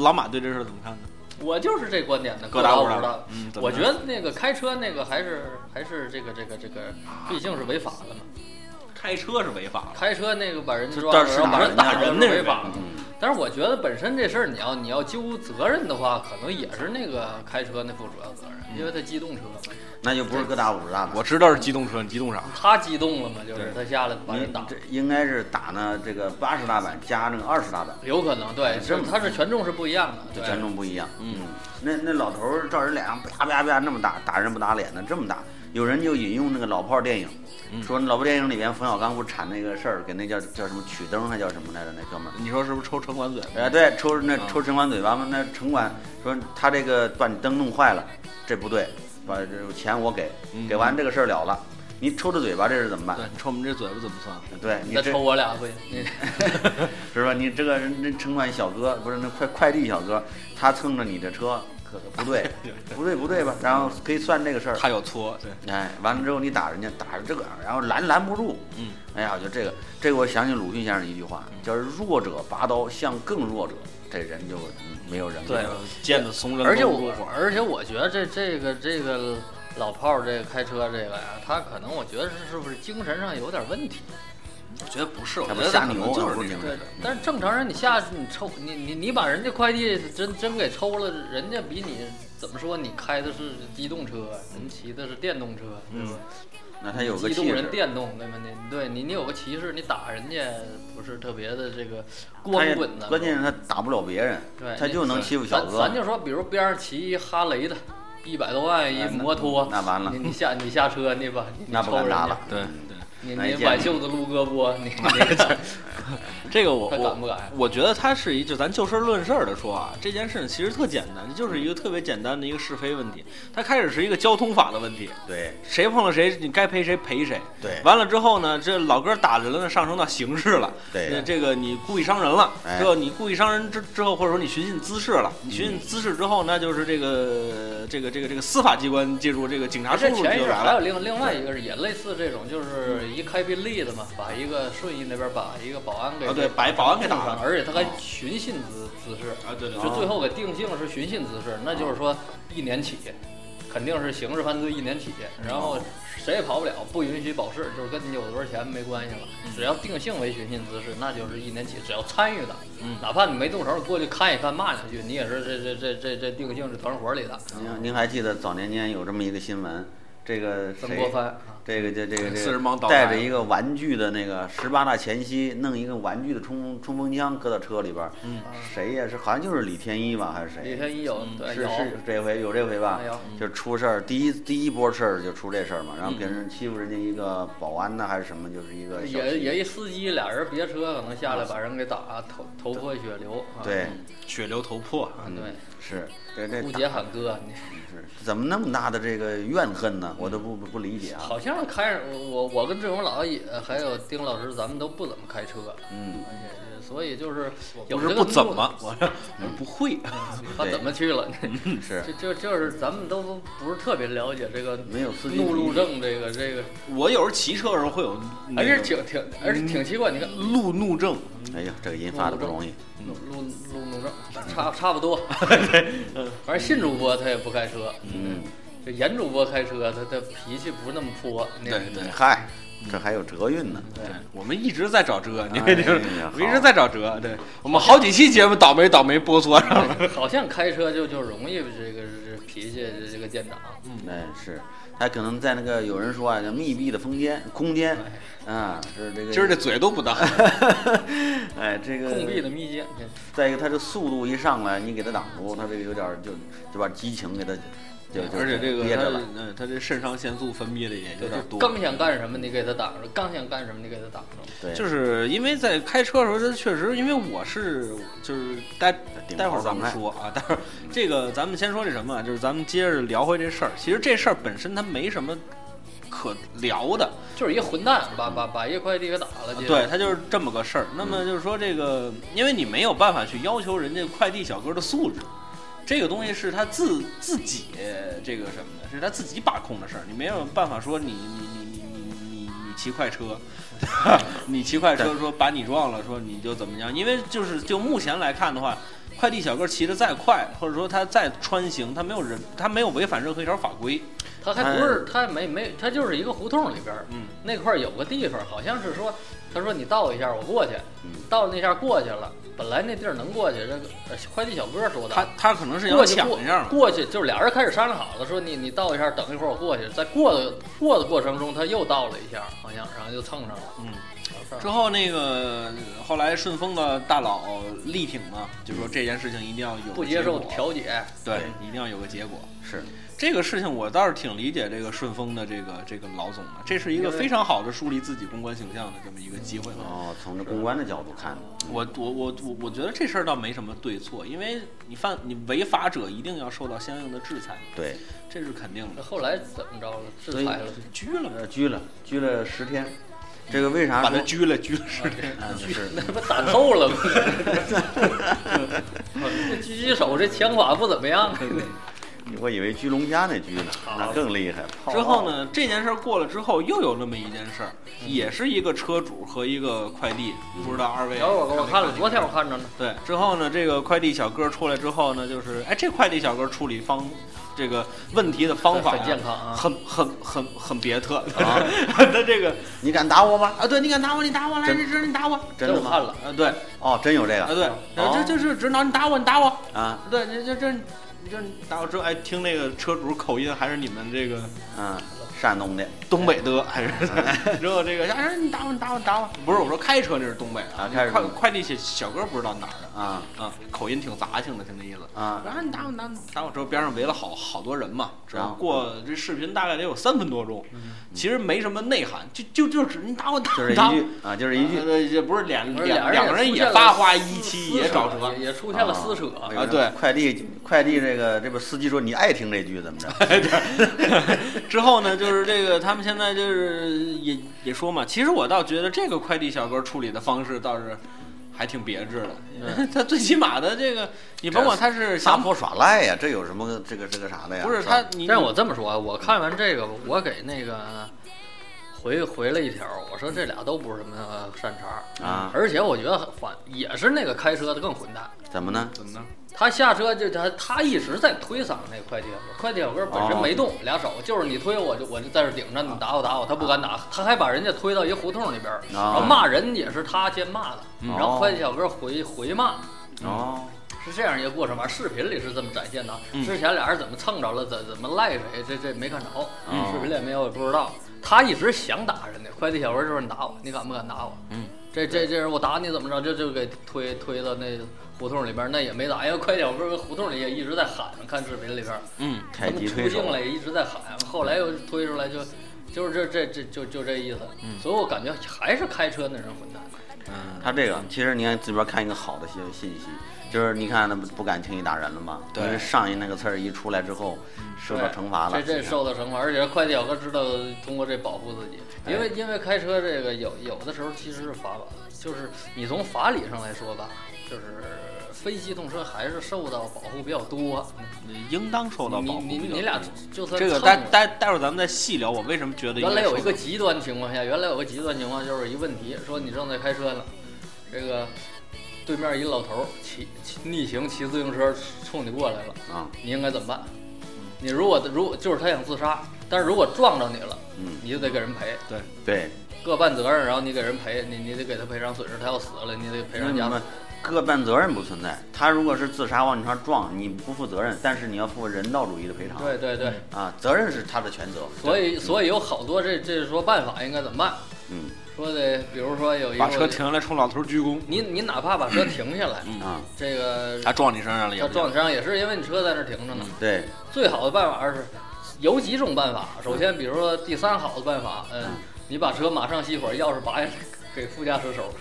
Speaker 3: 老马对这事儿怎么看呢？
Speaker 4: 我就是这观点的，
Speaker 3: 各
Speaker 4: 各
Speaker 3: 打五
Speaker 4: 五
Speaker 3: 十大
Speaker 4: 的。
Speaker 3: 嗯怎么
Speaker 4: 我觉
Speaker 3: 样
Speaker 4: 得那个开车那个还是还是这个这个这个，毕竟是违法的嘛。
Speaker 3: 开车是违法的，
Speaker 4: 开车那个把人抓
Speaker 5: 但
Speaker 4: 了，
Speaker 5: 是
Speaker 4: 然后把
Speaker 5: 是嗯
Speaker 4: 人
Speaker 5: 打
Speaker 4: 打
Speaker 5: 人
Speaker 4: 人
Speaker 3: 那是
Speaker 4: 违
Speaker 3: 违
Speaker 4: 法
Speaker 3: 法
Speaker 4: 了
Speaker 3: 的。
Speaker 4: 但是我觉得本身这事儿，你要你要究责任的话，可能也是那个开车那负主要责任，因为他机动车嘛，
Speaker 5: 那就不是各打五十大板。
Speaker 3: 我知道是机动车，你激动啥？
Speaker 4: 他激动了嘛，就是他下来把
Speaker 5: 你
Speaker 4: 人打
Speaker 5: 这，应该是打呢这个八十大板加那个二十大板，
Speaker 4: 有可能对，是
Speaker 5: 这么
Speaker 4: 他是权重是不一样的，
Speaker 5: 这
Speaker 4: 对
Speaker 5: 权重不一样。嗯，那那老头儿照人脸上啪啪啪那么打，打人不打脸的这么打。有人就引用那个老炮儿电影，说老炮儿电影里边冯小刚不是铲那个事儿，给那叫叫什么曲灯还叫什么来着那哥们儿。
Speaker 3: 你说是不是抽城管嘴？
Speaker 5: 哎，对，抽那抽城管嘴巴嘛，那城管说他这个把你灯弄坏了，这不对，把这钱我给，给完这个事儿了了，你抽着嘴巴这是怎么办
Speaker 3: 对？，你瞅我们这嘴巴怎么算？
Speaker 5: 对你
Speaker 4: 再
Speaker 5: 这
Speaker 4: 抽我俩不行，你
Speaker 5: 是吧？你这个人那城管小哥不是那快快递小哥，他蹭着你的车可不对，不对不对吧？然后可以算这个事儿。
Speaker 3: 他有搓，对，
Speaker 5: 哎，完了之后你打人家，打着这个，然后拦拦不住。
Speaker 3: 嗯，
Speaker 5: 哎呀，我觉得这个这个我想起鲁迅先生一句话，叫“弱者拔刀向更弱者”，这人就没有人格了。，
Speaker 3: 见的怂人
Speaker 4: 而且
Speaker 3: 都不入
Speaker 4: 我
Speaker 3: 伙儿
Speaker 4: 而且我觉得这这个这个老炮儿这个开车这个呀，他可能我觉得是是不是精神上有点问题？
Speaker 3: 我觉得不啊是，我
Speaker 5: 那
Speaker 3: 觉
Speaker 5: 不
Speaker 3: 得
Speaker 5: 下
Speaker 3: 可能
Speaker 5: 牛啊
Speaker 3: 就
Speaker 5: 那不
Speaker 3: 是这
Speaker 5: 是牛
Speaker 3: 种
Speaker 4: 对，但是正常人你下你抽你你你把人家快递真真给抽了，人家比你怎么说？你开的是机动车，啊人骑的是电动车，啊对吧？
Speaker 5: 那嗯他有个
Speaker 4: 机动
Speaker 5: 气
Speaker 4: 人
Speaker 5: 势，
Speaker 4: 电动对吗？你对你你有个歧视，你打人家不是特别的这个
Speaker 5: 他
Speaker 4: 光
Speaker 5: 也
Speaker 4: 棍的。
Speaker 5: 关键是他打不了别人
Speaker 4: 对，，
Speaker 5: 他
Speaker 4: 你
Speaker 5: 就能欺负小哥
Speaker 4: 咱。咱。就说，比如边上骑一哈雷的，一百多万一摩托，
Speaker 5: 那那完了
Speaker 4: 你你下你下车，你把你
Speaker 5: 那不
Speaker 4: 抽
Speaker 5: 敢
Speaker 4: 人
Speaker 5: 打
Speaker 4: 家
Speaker 5: 了，，
Speaker 3: 对对。
Speaker 4: 你
Speaker 5: 那也
Speaker 4: 你
Speaker 5: 见
Speaker 4: 挽
Speaker 5: 不
Speaker 4: 袖子撸胳膊，
Speaker 5: (laughs)
Speaker 4: 你你个
Speaker 3: 这个我
Speaker 4: 他敢不敢
Speaker 3: 我我觉得他是一，就咱就事论事的说啊，这件事情其实特简单，就是一个特别简单的一个是非问题。它开始是一个交通法的问题，
Speaker 5: 对
Speaker 3: 谁碰了谁，你该赔谁赔谁。
Speaker 5: 对
Speaker 3: 完了之后呢，这老哥打人了，那上升到刑事了。
Speaker 5: 对
Speaker 3: 那这个你故意伤人了，
Speaker 5: 哎嗯
Speaker 3: 之后你故意伤人之之后，或者说你寻衅滋事了，你寻衅滋事之后，那就是这个这个这个这个司法机关介入，这个警察叔
Speaker 4: 这
Speaker 3: 叔就
Speaker 4: 前一阵儿
Speaker 3: 来
Speaker 4: 还有
Speaker 3: 了。
Speaker 4: 另另外一个是也类似这种，就是一开宾利的嘛，把一个顺义那边把一个保安给
Speaker 5: 哦
Speaker 3: 啊对把一保安给打
Speaker 4: 弄上
Speaker 3: 了
Speaker 4: 而且他还寻衅滋滋事，
Speaker 3: 啊，对对
Speaker 4: 就最
Speaker 5: 哦
Speaker 4: 后给定性是寻衅滋事，那就是说一年起，肯定是刑事犯罪一年起，然
Speaker 5: 哦
Speaker 4: 后谁也跑不了，不允许保释，就是跟你有多少钱没关系了，
Speaker 5: 嗯
Speaker 4: 只要定性为寻衅滋事，那就是一年起，只要参与的，
Speaker 5: 嗯
Speaker 4: 哪怕你没动手，你过去看一看骂两句，你也是这这这这这定性是团伙里的，
Speaker 5: 您您还记得早年间有这么一个新闻，这个
Speaker 4: 曾
Speaker 5: 谁？
Speaker 4: 国藩。啊
Speaker 5: 这个这这个这
Speaker 3: 四人帮
Speaker 5: 个
Speaker 3: 倒台
Speaker 5: 带着一个玩具的那个十八大前夕弄一个玩具的冲冲锋枪搁到车里边儿，谁呀？是好像就是李天一吧，还是谁？
Speaker 4: 嗯李天一有，对
Speaker 5: 嗯是
Speaker 4: 有，
Speaker 5: 是这回有这回吧
Speaker 4: 哎呦，
Speaker 5: 就出事儿，第一第一波事儿就出这事儿嘛，然后给人欺负人家一个保安呢还是什么，就是一个小
Speaker 4: 嗯也
Speaker 5: 区
Speaker 4: 也一司机俩人别车，可能下来把人给打头头破血流。啊
Speaker 5: 对
Speaker 3: 血流头破。
Speaker 4: 啊对，
Speaker 5: 是这这
Speaker 4: 误
Speaker 5: 打
Speaker 4: 解喊哥，你
Speaker 5: 是怎么那么大的这个怨恨呢？我都不不不理解啊。
Speaker 4: 好像是开着我我我跟志勇老爷还有丁老师，咱们都不怎么开车，
Speaker 5: 嗯，
Speaker 4: 也所以就是有
Speaker 3: 不是
Speaker 4: 这个
Speaker 3: 不怎
Speaker 4: 怒
Speaker 3: 么，我
Speaker 4: (laughs)
Speaker 3: 是不会。啊
Speaker 4: 他怎么去了？
Speaker 5: 是
Speaker 4: 就就就是咱们都不是特别了解这个
Speaker 5: 没有司机
Speaker 4: 怒路
Speaker 5: 提
Speaker 4: 症这个这个，
Speaker 3: (laughs) 我有时候骑车的时候会有那嗯
Speaker 4: 而
Speaker 3: 种，
Speaker 4: 且挺挺而且挺奇怪，你看
Speaker 3: 路怒症。
Speaker 5: 哎呀，这个音发的不容易。
Speaker 4: 路路路怒症差差不多， (laughs) 反正信主播他也不开车，
Speaker 5: 嗯，
Speaker 4: 就严主播开车，他他脾气不是那么泼。那
Speaker 3: 对对
Speaker 5: 嗨，这还有辙运呢。
Speaker 3: 嗯对，我们一直在找辙，你看，就是
Speaker 5: 哎呀
Speaker 3: 我一直在找辙。对我们好几期节目倒霉倒霉播错上了。
Speaker 4: (laughs) 好像开车就就容易这个这脾气这这个见长，
Speaker 5: 哎，是，他可能在那个有人说啊，叫密闭的空间，空间，啊，是这
Speaker 3: (laughs)
Speaker 5: 个。
Speaker 3: 今儿这嘴都不大。
Speaker 5: 哎，这个
Speaker 4: 碰壁
Speaker 3: 嗯
Speaker 4: 的密接。
Speaker 5: 再一个，他这速度一上来，你给他挡住，他这个有点儿就就把激情给他就
Speaker 3: (laughs)
Speaker 5: 就
Speaker 3: 而且这个
Speaker 5: 憋
Speaker 3: 他
Speaker 5: 着了。
Speaker 3: 嗯，他这肾上腺素分泌的也有
Speaker 4: 对，
Speaker 3: 点
Speaker 4: 就
Speaker 3: 多。
Speaker 4: 刚想干什么你给他挡住，刚想干什么你给他挡住。
Speaker 5: 对，
Speaker 3: 就是因为在开车的时候，这确实，因为我是就是待
Speaker 5: 顶
Speaker 3: 待会儿
Speaker 5: 头
Speaker 3: 咱们
Speaker 5: 上
Speaker 3: 说啊，待会儿这个咱们先说这什么啊，就是咱们接着聊回这事儿。其实这事儿本身它没什么可聊的，
Speaker 4: 就是一混蛋，把把把一快递给打了。接着
Speaker 3: 啊对，，他就是这么个事儿。那
Speaker 4: 嗯
Speaker 3: 么就是说，这个因为你没有办法去要求人家快递小哥的素质，这个东西是他自自己这个什么的，是他自己把控的事儿。你没有办法说你你你你你你你骑快车， (laughs) 你骑快车说把你撞了，说你就怎么样？因为就是就目前来看的话。快递小哥骑得再快，或者说他再穿行，他没有人，他没有违反任何一条法规。
Speaker 4: 他还
Speaker 3: 哎
Speaker 4: 不是他没没他就是一个胡同里边儿，
Speaker 3: 嗯
Speaker 4: 那块儿有个地方，好像是说，他说你倒一下，我过去，
Speaker 3: 嗯
Speaker 4: 到了那下过去了，本来那地儿能过去，这个呃快递小哥说的，
Speaker 3: 他他可能是要
Speaker 4: 过去
Speaker 3: 抢
Speaker 4: 过
Speaker 3: 一下嘛。
Speaker 4: 过去就是俩人开始商量好了，说你你倒一下，等一会儿我过去，在过的过的过程中，他又倒了一下，好像然后就蹭上了，
Speaker 3: 嗯，
Speaker 4: 完事
Speaker 3: 之
Speaker 4: 儿
Speaker 3: 后那个后来顺丰的大佬力挺嘛，就说这件事情一定要有个
Speaker 4: 不接
Speaker 3: 结
Speaker 4: 受
Speaker 3: 果
Speaker 4: 调解，
Speaker 3: 对，一定要有个结果。
Speaker 5: 是
Speaker 3: 这个事情我倒是挺理解这个顺丰的这个这个老总的，这是一个
Speaker 4: 因为
Speaker 3: 非常好的树立自己公关形象的这么一个机会。
Speaker 5: 哦，从这公关的角度看，
Speaker 4: 嗯
Speaker 3: 我我我我我觉得这事儿倒没什么对错，因为你犯你违法者一定要受到相应的制裁，
Speaker 5: 对，
Speaker 3: 这是肯定
Speaker 4: 那
Speaker 3: 的。
Speaker 4: 后来怎么着了？制
Speaker 5: 所以
Speaker 4: 裁了。 (laughs)
Speaker 3: 拘了，
Speaker 5: 呃，拘了，拘了十天。这个为啥
Speaker 3: 把他
Speaker 5: 说
Speaker 3: 拘了，拘了十天。
Speaker 5: 啊是
Speaker 4: 那不打透了吗？这狙击手这枪法不怎么样。
Speaker 5: 我以为居龙家那居呢，
Speaker 4: 啊
Speaker 5: 那更厉害。泡
Speaker 3: 之后呢，这件事儿过了之后，又有那么一件事儿，也是一个车主和一个快递，不知道二位
Speaker 4: 小伙子，我看了，昨
Speaker 3: 多
Speaker 4: 天我看着呢。
Speaker 3: 对，之后呢，这个快递小哥出来之后呢，就是哎，这快递小哥处理方这个问题的方法呀
Speaker 4: 很健康啊
Speaker 3: 很很很很别特。
Speaker 5: 啊
Speaker 3: (laughs) 他这个
Speaker 5: 你敢打我吗？
Speaker 3: 啊，对你敢打我，你打我来，
Speaker 5: 真
Speaker 3: 这这你打我
Speaker 5: 真的
Speaker 4: 这我看
Speaker 5: 吗？
Speaker 4: 了，
Speaker 3: 啊，对啊
Speaker 5: 哦，真有这个
Speaker 3: 对，
Speaker 5: 哦
Speaker 3: 这这是指导你打我，你打我，
Speaker 5: 啊，
Speaker 3: 对，这这这你这你打我之后，哎，听那个车主口音还是你们这个
Speaker 5: 嗯，山东的
Speaker 3: 东北的还是 (laughs) 之后这个，哎，你打我，你打我，你打我，不是我说开车那是东北的
Speaker 5: 啊开车
Speaker 3: 快快递小小哥不知道哪儿的。
Speaker 5: 啊
Speaker 3: 啊，口音挺杂性的，就那意思。
Speaker 5: 啊
Speaker 3: 然后你打我打我打我之后，边上围了好好多人嘛，只要
Speaker 5: 啊
Speaker 3: 过这视频大概得有三分多钟，其实没什么内涵，就就就只你打我打
Speaker 5: 就
Speaker 3: 我
Speaker 5: 是一
Speaker 3: 打我
Speaker 5: 句。啊，就是一句
Speaker 3: 呃，也不是脸
Speaker 4: 不是
Speaker 3: 两
Speaker 4: 俩
Speaker 3: 两个
Speaker 4: 人出
Speaker 3: 人
Speaker 4: 现
Speaker 3: 也
Speaker 4: 了
Speaker 3: 发话
Speaker 4: 撕
Speaker 3: 一
Speaker 4: 撕
Speaker 3: 起，也
Speaker 4: 扯
Speaker 3: 找辙，
Speaker 4: 也也出现了撕扯。
Speaker 5: 啊
Speaker 3: 啊对
Speaker 5: 快递快递这个这不司机说你爱听这句怎么着？
Speaker 3: (laughs) 之后呢，就是这个，他们现在就是也也说嘛，其实我倒觉得这个快递小哥处理的方式倒是还挺别致的，
Speaker 4: (laughs)
Speaker 3: 他最起码的这个，你甭管他是
Speaker 5: 撒
Speaker 3: 想
Speaker 5: 泼耍赖呀，这有什么这个这个啥的呀？
Speaker 3: 不是
Speaker 5: 吧
Speaker 3: 他，你
Speaker 4: 啊但是我这么说啊，我看完这个，我给那个回回了一条，我说这俩都不是什么善茬
Speaker 5: 啊
Speaker 4: 而且我觉得反也是那个开车的更混蛋，
Speaker 5: 怎么呢？
Speaker 3: 怎么呢？
Speaker 4: 他下车就他他一直在推搡那快递小哥，快递小哥本身没动，俩手就是你推我就我就在这顶着，你打我打我，他不敢打，他还把人家推到一胡同里边儿，然后骂人也是他先骂的，然后快递小哥回回骂。
Speaker 5: 哦，
Speaker 4: 是这样一个过程吧？视频里是这么展现的啊。之前俩人怎么蹭着了，怎怎么赖谁，这这没看着，
Speaker 5: 嗯
Speaker 4: 视频里也没有，也不知道。他一直想打人家，快递小哥就是你打我，你敢不敢打我？
Speaker 5: 嗯，
Speaker 4: 这这这人我打你怎么着？这就给推推到那胡同里边，那也没打，因为快递小哥胡同里也一直在喊，看视频里边，
Speaker 3: 嗯，
Speaker 4: 他
Speaker 5: 太
Speaker 4: 们
Speaker 5: 极
Speaker 4: 出
Speaker 5: 推手啊
Speaker 4: 镜了也一直在喊，后来又推出来就。就是这这这就就这意思，
Speaker 5: 嗯
Speaker 4: 所以我感觉还是开车那人混蛋。
Speaker 5: 他这个其实你看这边看一个好的信信息，就是你看他不不敢轻易打人了吗？
Speaker 3: 对
Speaker 5: 因为上一那个刺儿一出来之后，受到
Speaker 4: 对
Speaker 5: 惩罚了。
Speaker 4: 这这受到惩罚，而且快递小哥知道通过这保护自己，因
Speaker 3: 哎
Speaker 4: 为因为开车这个有有的时候其实是罚款，就是你从法理上来说吧，就是非机动车还是受到保护比较多。
Speaker 3: 应当受到
Speaker 4: 你
Speaker 3: 保护。
Speaker 4: 你你俩就算
Speaker 3: 这个
Speaker 4: 蹭
Speaker 3: 待
Speaker 4: 了
Speaker 3: 待待会儿咱们再细聊。我为什么觉得应
Speaker 4: 原
Speaker 3: 该
Speaker 4: 来有一
Speaker 3: 受
Speaker 4: 个
Speaker 3: 到
Speaker 4: 极端情况下，原来有个极端情况就是一问题，说你正在开车呢，这个对面一老头儿骑骑逆行骑自行车冲你过来了。
Speaker 5: 啊，
Speaker 4: 你应该怎么办？
Speaker 3: 嗯
Speaker 4: 你如果如果就是他想自杀，但是如果撞着你了，
Speaker 5: 嗯
Speaker 4: 你就得给人赔，
Speaker 5: 对，
Speaker 4: 各半责任，然后你给人赔，你你得给他赔偿损失，他要死了，你得赔
Speaker 5: 那
Speaker 4: 偿
Speaker 5: 你
Speaker 4: 家
Speaker 5: 们
Speaker 4: 产。
Speaker 5: 各半责任不存在。他如果是自杀往你上撞，你不负责任，但是你要负人道主义的赔偿。
Speaker 4: 对对对，
Speaker 3: 嗯
Speaker 5: 啊，责任是他的全责。
Speaker 4: 所以所以有好多这这说办法应该怎么办？
Speaker 5: 嗯
Speaker 4: 说的比如说有一个
Speaker 3: 把车，停嗯下来冲老头鞠躬，
Speaker 4: 你你哪怕把车停下来，
Speaker 5: 啊，
Speaker 4: 这个
Speaker 3: 他撞你身上了也
Speaker 4: 他
Speaker 3: 不行嗯
Speaker 4: 撞伤也是因为你车在那儿停着呢。 (laughs)
Speaker 5: 对，
Speaker 4: 最好的办法是有几种办法，首先比如说第三好的办法，嗯，你把车马上熄火，钥匙拔下来给副驾驶手，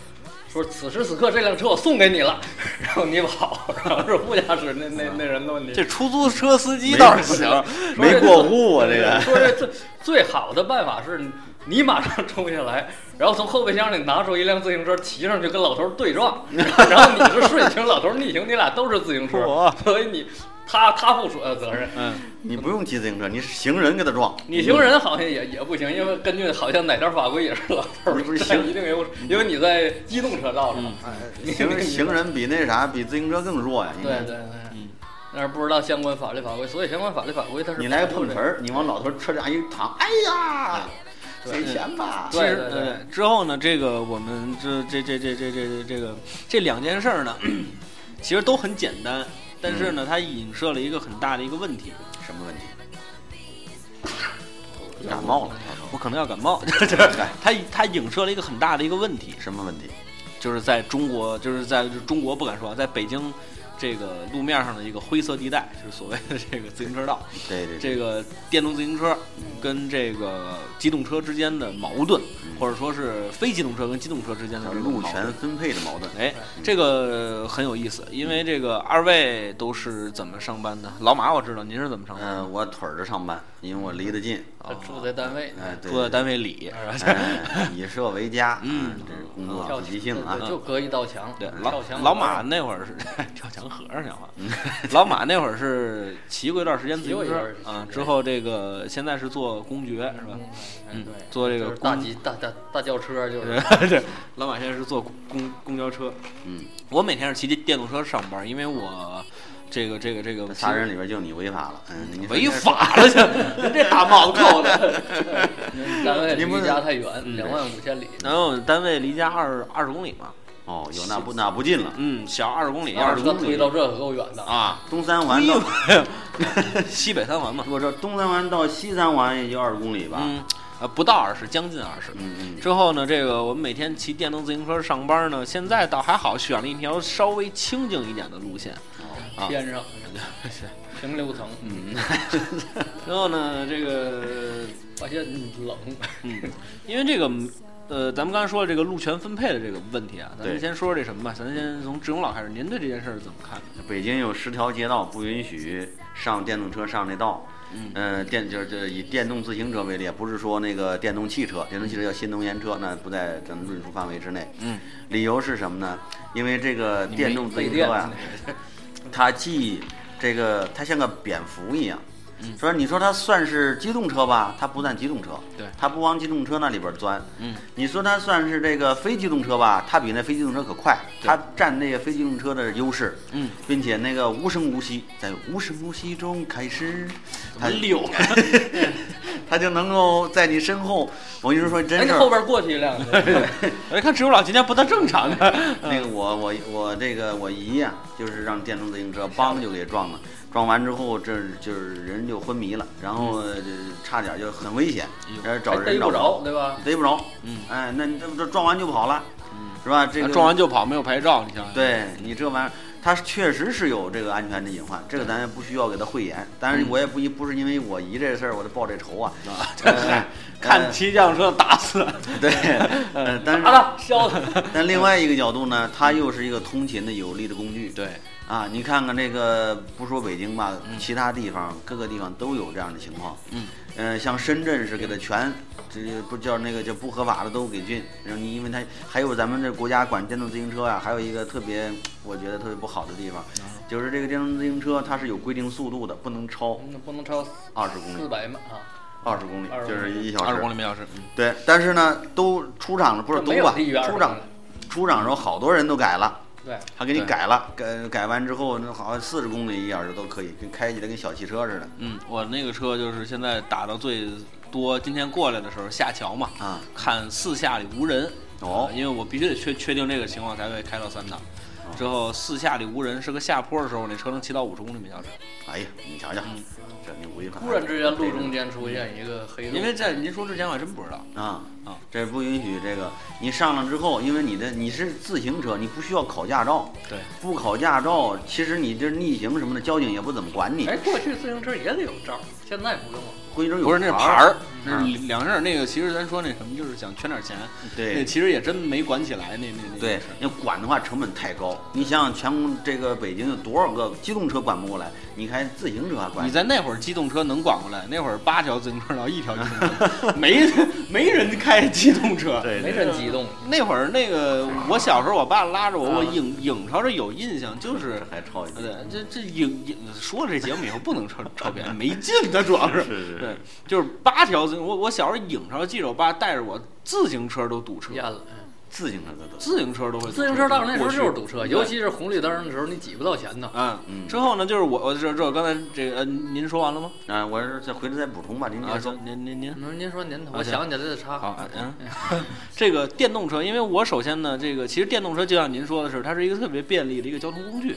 Speaker 4: 说此时此刻这辆车我送给你了， (laughs) 然后你跑，然后是副驾驶那那那人的问题。
Speaker 3: 这出租车司机倒是行，
Speaker 4: (laughs)
Speaker 5: 没过户啊，这个
Speaker 4: 说这最最好的办法是你马上冲下来，然后从后备箱里拿出一辆自行车，骑上去跟老头对撞， (laughs) 然后你是顺行，老头逆行，你俩都是自行车
Speaker 3: 我，
Speaker 4: 所以你他他负主要责任。
Speaker 5: 你不用骑自行车，你是行人给他撞。
Speaker 4: 你行人好像也也不行，因为根据好像哪条法规也是老头儿
Speaker 5: 你不是
Speaker 4: 但
Speaker 5: 行
Speaker 4: 一定有，因为你在机动车道上，
Speaker 3: 嗯
Speaker 4: 你
Speaker 5: 行行。人比那啥比自行车更弱呀。
Speaker 4: 你
Speaker 5: 应
Speaker 4: 对
Speaker 5: 该
Speaker 4: 对
Speaker 3: 嗯
Speaker 4: 对，但是不知道相关法律法规，所以相关法律法规它是
Speaker 5: 你来个
Speaker 4: 保护
Speaker 5: 碰
Speaker 4: 这
Speaker 5: 瓷
Speaker 3: 啊
Speaker 5: 儿，你往老头车上一躺，哎呀，给钱吧。
Speaker 3: 其实
Speaker 4: 对对对
Speaker 3: 呃之后呢，这个我们这这这这这这这个这两件事儿呢， (clears throat) 其实都很简单，但是呢，它影射了一个很大的一个问题。
Speaker 5: 什么问题？感冒了，
Speaker 3: 我可能要感冒， (laughs) 它它影射了一个很大的一个问题，
Speaker 5: 什么问题？
Speaker 3: 就是在中国，就是在中国不敢说啊，在北京这个路面上的一个灰色地带，就是所谓的这个自行车道，
Speaker 5: 对对对，
Speaker 3: 这个电动自行车跟这个机动车之间的矛盾，或者说是非机动车跟机动车之间的
Speaker 5: 叫
Speaker 3: 这种
Speaker 5: 路
Speaker 3: 矛盾
Speaker 5: 权分配的矛盾。
Speaker 3: 哎，这个很有意思，因为这个二位都是怎么上班的？老马我知道您是怎么上班
Speaker 5: 嗯、我腿儿着上班，因为我离得近。
Speaker 4: 他住在单位，
Speaker 5: 哎，对
Speaker 3: 住哦在
Speaker 5: 对
Speaker 3: 单位里，
Speaker 5: 哎，以社为家，
Speaker 3: (laughs) 嗯
Speaker 5: 这是工作
Speaker 4: 跳
Speaker 5: 积极性啊
Speaker 4: 对，就隔一道墙，
Speaker 3: 对
Speaker 4: 跳
Speaker 3: 老
Speaker 4: 墙嗯
Speaker 3: 老马那会儿是跳墙，成和尚像话。老马那会儿是骑过一段时间自
Speaker 4: 骑过
Speaker 3: 行
Speaker 4: 一段
Speaker 3: 车
Speaker 4: 时间
Speaker 3: 啊，之后这个现在是做公爵是吧？嗯，做这
Speaker 4: 就
Speaker 3: 个
Speaker 4: 是大
Speaker 3: 公
Speaker 4: 吉大大大轿车，就是
Speaker 3: (laughs) 对，老马现在是坐公公公交车。
Speaker 5: 嗯，
Speaker 3: 我每天是骑电动车上班，因为我这个这个这个
Speaker 5: 仨人里边就你违法了，嗯，你
Speaker 3: 违，法了，
Speaker 4: (laughs)
Speaker 3: 这这大帽子扣 (laughs) 的。
Speaker 4: 单位
Speaker 5: 您不
Speaker 4: 离
Speaker 5: 是
Speaker 4: 家太远，
Speaker 3: 嗯
Speaker 4: 两万五千里。
Speaker 3: 然后单位离家二二十公里嘛，
Speaker 5: 哦，有那不那不近了，
Speaker 3: 嗯，小二十公里，
Speaker 4: 要
Speaker 3: 二
Speaker 4: 是
Speaker 3: 十
Speaker 4: 车
Speaker 3: 公里
Speaker 4: 推到这可够远的！
Speaker 3: 啊，
Speaker 5: 东三环到，
Speaker 3: 西北三环嘛，
Speaker 5: 我这东三环到西三环也就二十公里吧，
Speaker 3: 嗯，呃，不到二十，将近二十。
Speaker 5: 嗯
Speaker 3: 之后呢，这个我们每天骑电动自行车上班呢，现在倒还好，选了一条稍微清静一点的 (laughs) 路线。啊
Speaker 4: 天上平流层，
Speaker 5: 嗯，
Speaker 3: 然后呢，这 (laughs) 个
Speaker 4: 发现冷，
Speaker 3: 嗯，因为这个，呃，咱们刚才说的这个路权分配的这个问题啊，咱们
Speaker 5: 对
Speaker 3: 先说说这什么吧。咱先从志勇老开始，您对这件事儿怎么看？
Speaker 5: 北京有十条街道不允许上电动车上那道。
Speaker 3: 嗯
Speaker 5: 呃，电就是这以电动自行车为例，不是说那个电动汽车，电动汽车叫新能源车，那不在咱们论述范围之内。
Speaker 3: 嗯，
Speaker 5: 理由是什么呢？因为这个
Speaker 4: 你没
Speaker 5: 电动自
Speaker 4: 费
Speaker 5: 行车啊
Speaker 4: 电
Speaker 5: 呀、
Speaker 4: 呢
Speaker 5: 它既这个它像个蝙蝠一样，
Speaker 3: 嗯
Speaker 5: 所以你说它算是机动车吧，它不算机动车，
Speaker 3: 对
Speaker 5: 它不往机动车那里边钻，
Speaker 3: 嗯，
Speaker 5: 你说它算是这个非机动车吧，它比那非机动车可快，
Speaker 3: 对
Speaker 5: 它占那个非机动车的优势，
Speaker 3: 嗯，
Speaker 5: 并且那个无声无息，在无声无息中开始，它
Speaker 3: 溜，啊
Speaker 5: (laughs) 它就能够在你身后，我跟你说真
Speaker 4: 哎，你
Speaker 5: 事儿
Speaker 4: 后边过去一
Speaker 3: (laughs)
Speaker 4: 辆，
Speaker 3: 我一哎看志勇老今天不太正常啊的。 (laughs)
Speaker 5: 那个我我我这个我姨呀、就是让电动自行车梆就给撞了，撞完之后这就是人就昏迷了，然后呃差点就很危险，然后找
Speaker 4: 还逮
Speaker 5: 人
Speaker 4: 不
Speaker 5: 找
Speaker 4: 着，对吧？
Speaker 5: 逮不着，
Speaker 3: 嗯，啊
Speaker 5: 哎，那你这这撞完就跑了，是吧？这个
Speaker 3: 撞完就跑，没有牌照，你想想。，
Speaker 5: 对你这玩意儿，它确实是有这个安全的隐患，这个咱也不需要给他讳言。但是我也不一不是因为我姨这事儿我就报这仇啊，呃
Speaker 3: 看骑电动车打
Speaker 5: (laughs)
Speaker 3: 死。
Speaker 5: 呃对，呃但
Speaker 4: 打
Speaker 5: 是
Speaker 4: 他，削 (laughs) 他，
Speaker 5: 但另外一个角度呢，它又是一个通勤的有力的工具。
Speaker 3: 对，
Speaker 5: 啊，你看看这个，不说北京吧，其他地方各个地方都有这样的情况。
Speaker 3: 嗯，
Speaker 5: 呃，像深圳是给他全，这不叫那个叫不合法的都给禁。然后你因为他还有咱们这国家管电动自行车啊，还有一个特别我觉得特别不好的地方，就是这个电动自行车它是有规定速度的，不能超
Speaker 4: 那不能超
Speaker 5: 二十公
Speaker 4: 四
Speaker 5: 里，
Speaker 4: 百嘛啊！
Speaker 5: 二十公里
Speaker 4: 20
Speaker 5: 就是一小时。
Speaker 3: 二十公里每小时。嗯
Speaker 5: 对，但是呢，都出厂了，不是都
Speaker 4: 没有
Speaker 5: 吧？
Speaker 4: 低于20
Speaker 5: 出厂
Speaker 4: 公里
Speaker 5: 出厂时候好多人都改了。
Speaker 4: 对，
Speaker 5: 他给你
Speaker 3: 对
Speaker 5: 改了，改改完之后，那好像四十公里一小时都可以，跟开起来跟小汽车似的
Speaker 3: 嗯，我那个车就是现在打到最多，今天过来的时候下桥嘛，
Speaker 5: 啊。
Speaker 3: 看四下里无人。
Speaker 5: 哦哦
Speaker 3: 呃因为我必须得确确定这个情况才会开到三档。之后四下里无人是个下坡的时候，我那车能骑到五十公里每小时。
Speaker 5: 哎呀，你瞧瞧，这你违法。
Speaker 4: 突然之间路中间出现一个
Speaker 5: 嗯
Speaker 4: 黑洞
Speaker 3: 因，为在您说之前我还真不知道。
Speaker 5: 啊
Speaker 3: 啊，
Speaker 5: 这不允许这个。你上了之后，因为你的你是自行车，你不需要考驾照，
Speaker 3: 对，
Speaker 5: 不考驾照，其实你这逆行什么的，交警也不怎么管你
Speaker 4: 哎。，过去自行车也得有照，现在不用了。
Speaker 5: 贵州有
Speaker 3: 不是那是
Speaker 5: 牌
Speaker 3: 牌儿，
Speaker 5: 牌
Speaker 3: 那
Speaker 5: 儿
Speaker 3: 是两事儿。那个其实咱说那什么，就是想圈点钱，那 (laughs)
Speaker 5: 对
Speaker 3: 其实也真没管起来。那那那
Speaker 5: 对
Speaker 3: 那事儿，
Speaker 5: 要管的话成本太高。你想想，全这个北京有多少个机动车管不过来，你还自行车还管？
Speaker 3: 你在那会儿机动车能管过来，那会儿八条自行车道一条机动车， (laughs) 没没人开机动车。
Speaker 5: 对
Speaker 4: 没人激动，
Speaker 3: 那会儿那个我小时候，我爸拉着我，
Speaker 4: 啊
Speaker 3: 我影影朝着有印象，就是
Speaker 5: 还超一
Speaker 3: 呃
Speaker 5: 点。
Speaker 3: 对，这这影影说了这节目以后不能抄抄别人，没劲的主要是。
Speaker 5: 是是
Speaker 3: 对，就是八条自行，我我小时候影朝记着我爸带着我，自行车都堵车，
Speaker 4: 淹了。
Speaker 5: 自行车的都
Speaker 3: 自行车都会堵车。
Speaker 4: 啊自行车道那时候就是堵车，
Speaker 3: 对
Speaker 4: 尤其是红绿灯的时候，你挤不到前头。
Speaker 3: 嗯，
Speaker 5: 嗯
Speaker 3: 之后呢，就是我我这这刚才这个呃您说完了吗？
Speaker 5: 啊，我是再回头再补充吧，您接
Speaker 3: 啊，
Speaker 5: 着说。
Speaker 3: 您您您。
Speaker 4: 您您说您头，
Speaker 3: 啊
Speaker 4: 我
Speaker 3: 行
Speaker 4: 想起来再插。
Speaker 5: 啊
Speaker 3: 好，嗯， (laughs) 这个电动车，因为我首先呢，这个其实电动车就像您说的是，它是一个特别便利的一个交通工具。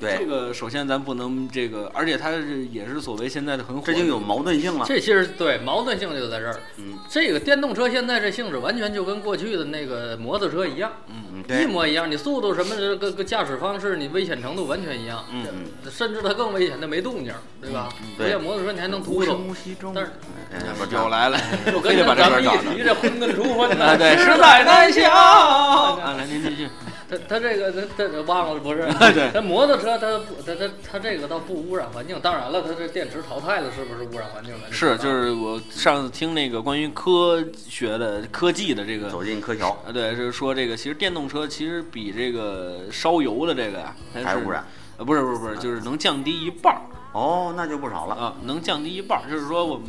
Speaker 3: 这
Speaker 5: 对，
Speaker 3: 个首先咱不能这个，而且它是也是所谓现在的很火的，
Speaker 5: 这就有矛盾性了。
Speaker 4: 这其实对矛盾性就在这儿。
Speaker 5: 嗯，
Speaker 4: 这个电动车现在这性质完全就跟过去的那个摩托车一样，
Speaker 5: 嗯，
Speaker 4: 一
Speaker 5: 对，
Speaker 4: 模一样。你速度什么的，各个驾驶方式，你危险程度完全一样。
Speaker 5: 嗯嗯，
Speaker 4: 甚至它更危险，它没动静，对吧？
Speaker 3: 嗯
Speaker 4: 不
Speaker 5: 对
Speaker 4: 像摩托车你还能
Speaker 5: 无
Speaker 4: 突
Speaker 5: 声
Speaker 4: 腾。
Speaker 5: 无息中，
Speaker 4: 但是
Speaker 5: 哎哎不
Speaker 3: 又
Speaker 5: 着了。
Speaker 3: 来了，
Speaker 4: 我
Speaker 3: 非
Speaker 4: 跟
Speaker 3: 得把
Speaker 4: 着
Speaker 3: 这
Speaker 4: 咱
Speaker 3: 边
Speaker 4: 们
Speaker 3: 找着
Speaker 4: 一提这婚跟初婚
Speaker 3: 啊，
Speaker 4: 呢，
Speaker 3: 对，实在难想。啊，来您继续，？
Speaker 4: 他他这个他他忘了不是
Speaker 3: (laughs) 啊对
Speaker 4: 他摩托车他不他他他这个倒不污染环境，当然了，他这电池淘汰了，是不是污染环境了？
Speaker 3: (laughs) 是就是我上次听那个关于科学的科技的这个啊
Speaker 5: 走进科桥，
Speaker 3: 啊，对，就是说这个，其实电动车其实比这个烧油的这个呀，它
Speaker 5: 还
Speaker 3: 是
Speaker 5: 污染，
Speaker 3: 呃，不是不是不是，就是能降低一半儿
Speaker 5: 哦，那就不少了。
Speaker 3: 啊，能降低一半儿，就是说我们，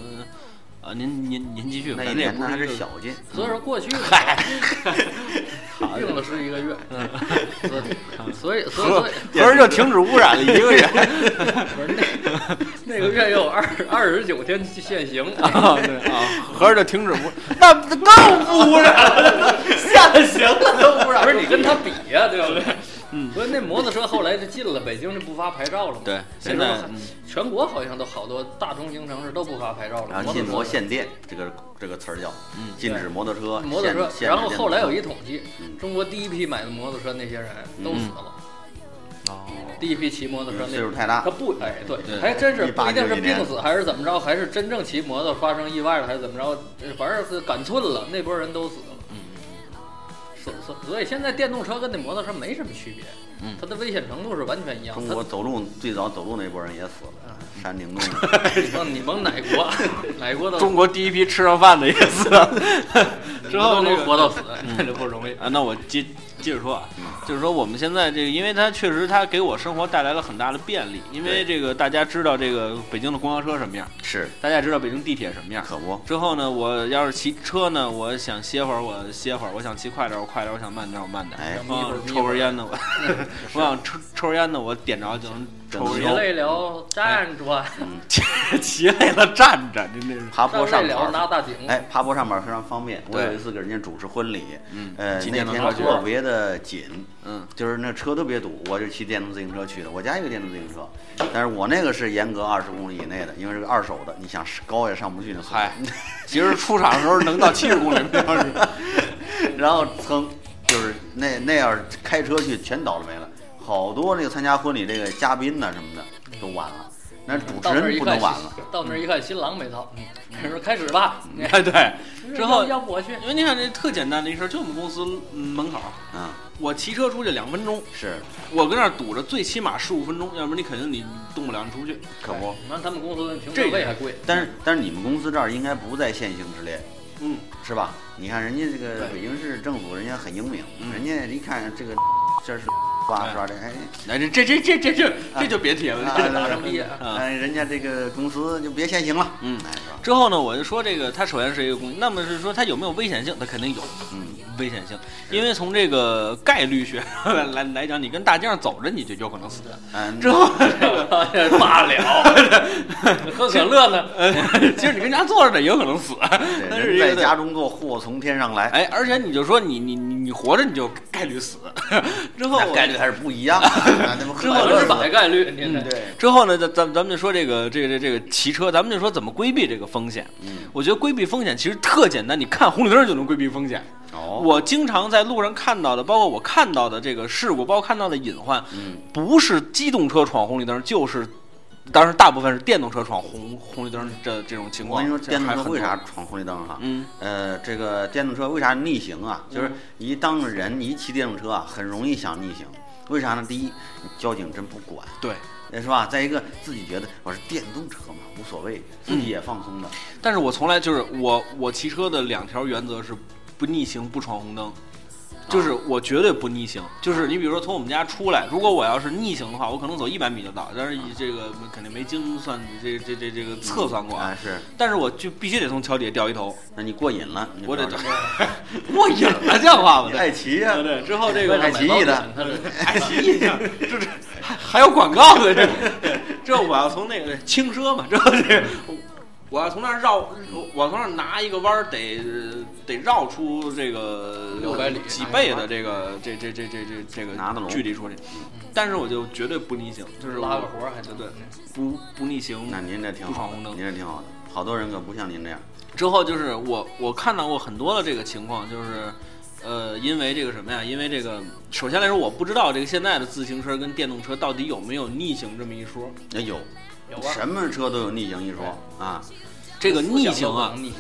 Speaker 3: 啊，您您您继续，
Speaker 5: 那
Speaker 3: 咱
Speaker 5: 一
Speaker 3: 这也
Speaker 5: 年
Speaker 3: 不
Speaker 5: 呢还
Speaker 3: 是
Speaker 5: 是
Speaker 3: 一个
Speaker 5: 小进，
Speaker 4: 所以说过去的
Speaker 6: (laughs)
Speaker 4: 用了是一个月，
Speaker 3: 嗯
Speaker 4: 所以所以所
Speaker 3: (laughs)
Speaker 4: 以所以
Speaker 5: 嗯
Speaker 6: 合着就停止污染了一个月。
Speaker 4: 不是那那个月有二二十九天
Speaker 3: (laughs)
Speaker 4: 限行，
Speaker 3: 啊，对啊，
Speaker 6: 合着就停止
Speaker 3: (laughs)
Speaker 6: 污，那那更不污染了，下行了都不
Speaker 4: 不是你跟他比 (laughs) 呀、对不对？嗯，所以那摩托车后来就进了北京，就不发牌照了嘛。
Speaker 3: 对
Speaker 4: 其实
Speaker 3: 现在
Speaker 4: 还
Speaker 3: 嗯
Speaker 4: 全国好像都好多大中型城市都不发牌照了。 (laughs)
Speaker 5: 然后禁摩
Speaker 4: 摩托车
Speaker 5: 限电，这个这个词儿叫，禁止摩托车，
Speaker 4: 嗯摩托车
Speaker 5: 限，限制
Speaker 4: 然后
Speaker 5: 电
Speaker 4: 后来有一
Speaker 5: 动
Speaker 4: 统计，中国第一批买的摩托车那些人都死了。第一批骑摩托车那
Speaker 5: 岁数太大
Speaker 4: 他不哎对
Speaker 3: 对，
Speaker 4: 还真是
Speaker 5: 一
Speaker 4: 不
Speaker 5: 八
Speaker 4: 一定
Speaker 5: 九
Speaker 4: 是
Speaker 5: 几
Speaker 4: 病
Speaker 5: 年
Speaker 4: 死还是怎么着，还是真正骑摩托发生意外了还是怎么着，呃反正是赶寸了，那波人都死了。所所所以现在电动车跟那摩托车没什么区别，它的危险程度是完全一样。
Speaker 5: 中
Speaker 4: 它
Speaker 5: 国走路最早走路那波人也死
Speaker 4: 啊
Speaker 5: 了，
Speaker 4: (laughs)
Speaker 5: 山顶洞
Speaker 4: 你甭哪国 (laughs) 哪国的
Speaker 6: (laughs) 中国第一批吃上饭的也死
Speaker 3: (laughs)
Speaker 6: 了，之后
Speaker 4: 都
Speaker 6: 这
Speaker 4: 能
Speaker 6: 个
Speaker 4: 活到死，那 (laughs) 就不容易。
Speaker 3: 啊，那我接接着说啊，就是说我们现在这个，因为它确实它给我生活带来了很大的便利，因为
Speaker 5: 对
Speaker 3: 这个大家知道这个北京的公交车什么样，
Speaker 5: 是
Speaker 3: 大家也知道北京地铁什么样。
Speaker 5: 可不，
Speaker 3: 之后呢，我要是骑车呢，我想歇会儿，我歇会儿；我想骑快点，我快点；我想慢点，我慢点。
Speaker 5: 哎
Speaker 3: 我想抽根烟呢，
Speaker 4: (laughs)
Speaker 3: 我 (laughs) 我想抽抽根烟呢，我点着就能抽根
Speaker 4: 骑
Speaker 3: 烟。
Speaker 4: 累了站住，
Speaker 3: (laughs) 骑累了站着，真的是。
Speaker 5: 爬坡
Speaker 4: 站
Speaker 5: 上
Speaker 4: 累了拿
Speaker 5: 板。
Speaker 4: 大井。
Speaker 5: 哎，爬坡上板非常方便。我
Speaker 3: 对
Speaker 5: 有一次给人家主持婚礼，
Speaker 3: 嗯
Speaker 5: 呃，
Speaker 3: 骑
Speaker 5: 那
Speaker 3: 电
Speaker 5: 天
Speaker 3: 动车去
Speaker 5: 特别的紧，
Speaker 3: 嗯，
Speaker 5: 就是那车特别堵，我就骑电动自行车去的。我家有电动自行车，但是我那个是严格二十公里以内的，因为是个二手的，你想高也上不去那速度。
Speaker 6: 嗨，其实出厂的时候能到七十公里每小时。
Speaker 5: (laughs) 然后噌，就是那那要是开车去，全倒了霉了。好多那个参加婚礼这个嘉宾呐、什么的都晚了，那主持
Speaker 4: 到那儿
Speaker 5: 人
Speaker 4: 一
Speaker 5: 不
Speaker 4: 看
Speaker 5: 能晚了。
Speaker 4: 到那儿一看，新郎没到，他说开始吧。
Speaker 3: 哎对，之后
Speaker 4: 要不我去，
Speaker 3: 因为你看这特简单的一事儿，就我们公司嗯门口，
Speaker 5: 嗯，
Speaker 3: 我骑车出去两分钟，
Speaker 5: 是
Speaker 3: 我跟那儿堵着，最起码十五分钟，要不然你肯定你动不了，你出不去。
Speaker 5: 可不。
Speaker 4: 那他们公司的停
Speaker 3: 这
Speaker 4: 车
Speaker 3: 个
Speaker 4: 位还贵，
Speaker 5: 但是但是你们公司这儿应该不在限行之列，
Speaker 3: 嗯，
Speaker 5: 是吧？你看人家这个
Speaker 3: 对
Speaker 5: 北京市政府，人家很英明，
Speaker 3: 嗯
Speaker 5: 人家一看这个
Speaker 3: (laughs)
Speaker 5: 这是吧是吧？这哎
Speaker 3: 来这这这这这这这就别提了。
Speaker 5: 啊
Speaker 3: 这
Speaker 4: 打上毕业啊，
Speaker 3: 啊
Speaker 5: 哎，人家这个公司就别限行了，
Speaker 3: 嗯
Speaker 5: 哎是吧？
Speaker 3: 之后呢，我就说这个，它首先是一个工具，那么是说它有没有危险性？它肯定有
Speaker 5: 嗯，
Speaker 3: 危险性，因为从这个概率学来 (laughs) 来来讲，你跟大街上走着，你就有可能死。
Speaker 5: 嗯，
Speaker 3: 之后，
Speaker 4: 罢了。 (laughs) 喝可乐呢？
Speaker 3: (laughs) 呃，其实你跟家坐着的也有可能死，
Speaker 5: 对
Speaker 3: 但是
Speaker 5: 人
Speaker 3: 一
Speaker 5: 在
Speaker 3: 个
Speaker 5: 家中坐，祸从天上来，
Speaker 3: 哎，而且你就说你你你你活着你就概率死， (laughs) 之后
Speaker 5: 那
Speaker 3: 我
Speaker 5: 概率还是不一
Speaker 3: (laughs)
Speaker 5: 样的。啊那不
Speaker 3: 之后
Speaker 5: 快
Speaker 4: 百分 (laughs)
Speaker 5: 乐是嗯
Speaker 4: 之
Speaker 5: 吧
Speaker 4: 百概率，你这
Speaker 5: 对，
Speaker 3: 之后呢，咱咱咱们就说这个这个这个这个骑车，咱们就说怎么规避这个风险。
Speaker 5: 嗯，
Speaker 3: 我觉得规避风险其实特简单，你看红绿灯就能规避风险。
Speaker 5: 哦，
Speaker 3: 我经常在路上看到的，包括我看到的这个事故，包括看到的隐患，
Speaker 5: 嗯，
Speaker 3: 不是机动车闯红绿灯，就是，当然大部分是电动车闯红红绿灯这这种情
Speaker 5: 我
Speaker 3: 况。
Speaker 5: 跟你说，
Speaker 3: 这还
Speaker 5: 电动车为
Speaker 3: 很
Speaker 5: 啥
Speaker 3: 多？
Speaker 5: 闯红绿灯哈？
Speaker 3: 嗯，
Speaker 5: 呃，这个电动车为啥逆行啊？就是一当人一骑电动车啊，很容易想逆行。为啥呢？第一，你交警真不管，
Speaker 3: 对。
Speaker 5: 呃是吧？再一个，自己觉得我是电动车嘛，无所谓，
Speaker 3: 嗯
Speaker 5: 自己也放松的。
Speaker 3: 但是我从来就是我我骑车的两条原则是不逆行不闯
Speaker 5: 啊
Speaker 3: 红灯，就是我绝对不逆行。就是你比如说从我们家出来，如果我要是逆行的话，我可能走一百米就到，但是以这个肯定没精算这这这这个测算过啊。
Speaker 5: 啊，是，
Speaker 3: 但是我就必须得从桥底下掉一头，
Speaker 5: 那你过瘾了，你就
Speaker 3: 我得
Speaker 5: 不知道
Speaker 3: (laughs) 过瘾了，像话哎吗？
Speaker 5: 你爱骑呀
Speaker 3: 对，对，之后这
Speaker 4: 为
Speaker 3: 个
Speaker 4: 了
Speaker 5: (laughs) 爱
Speaker 4: 买
Speaker 5: 奇
Speaker 4: 保
Speaker 5: 艺的
Speaker 4: 险他是
Speaker 3: 爱奇艺上，这这还还有广告呢，这 (laughs) 这我要从那个轻奢嘛，这这我要从那儿绕，我我从那儿拿一个弯儿，得得绕出这个
Speaker 4: 600里
Speaker 3: 几倍的这个这这这这这这
Speaker 5: 拿得
Speaker 3: 个
Speaker 5: 拢
Speaker 3: 距离出去，但是我就绝对不逆行，就是
Speaker 4: 拉个
Speaker 3: 我
Speaker 4: 活儿还得
Speaker 3: 对不不逆行。
Speaker 5: 那您这挺
Speaker 3: 不闯
Speaker 5: 好的
Speaker 3: 红，灯
Speaker 5: 您这挺好的。好多人可不像您这样，
Speaker 3: 之后就是我我看到过很多的这个情况，就是呃，因为这个什么呀？因为这个首先来说，我不知道这个现在的自行车跟电动车到底有没有逆行这么一说。
Speaker 5: 也有
Speaker 4: 有啊，
Speaker 5: 哎什么车都有逆行一说啊。
Speaker 3: 这个逆行啊，
Speaker 4: 逆行，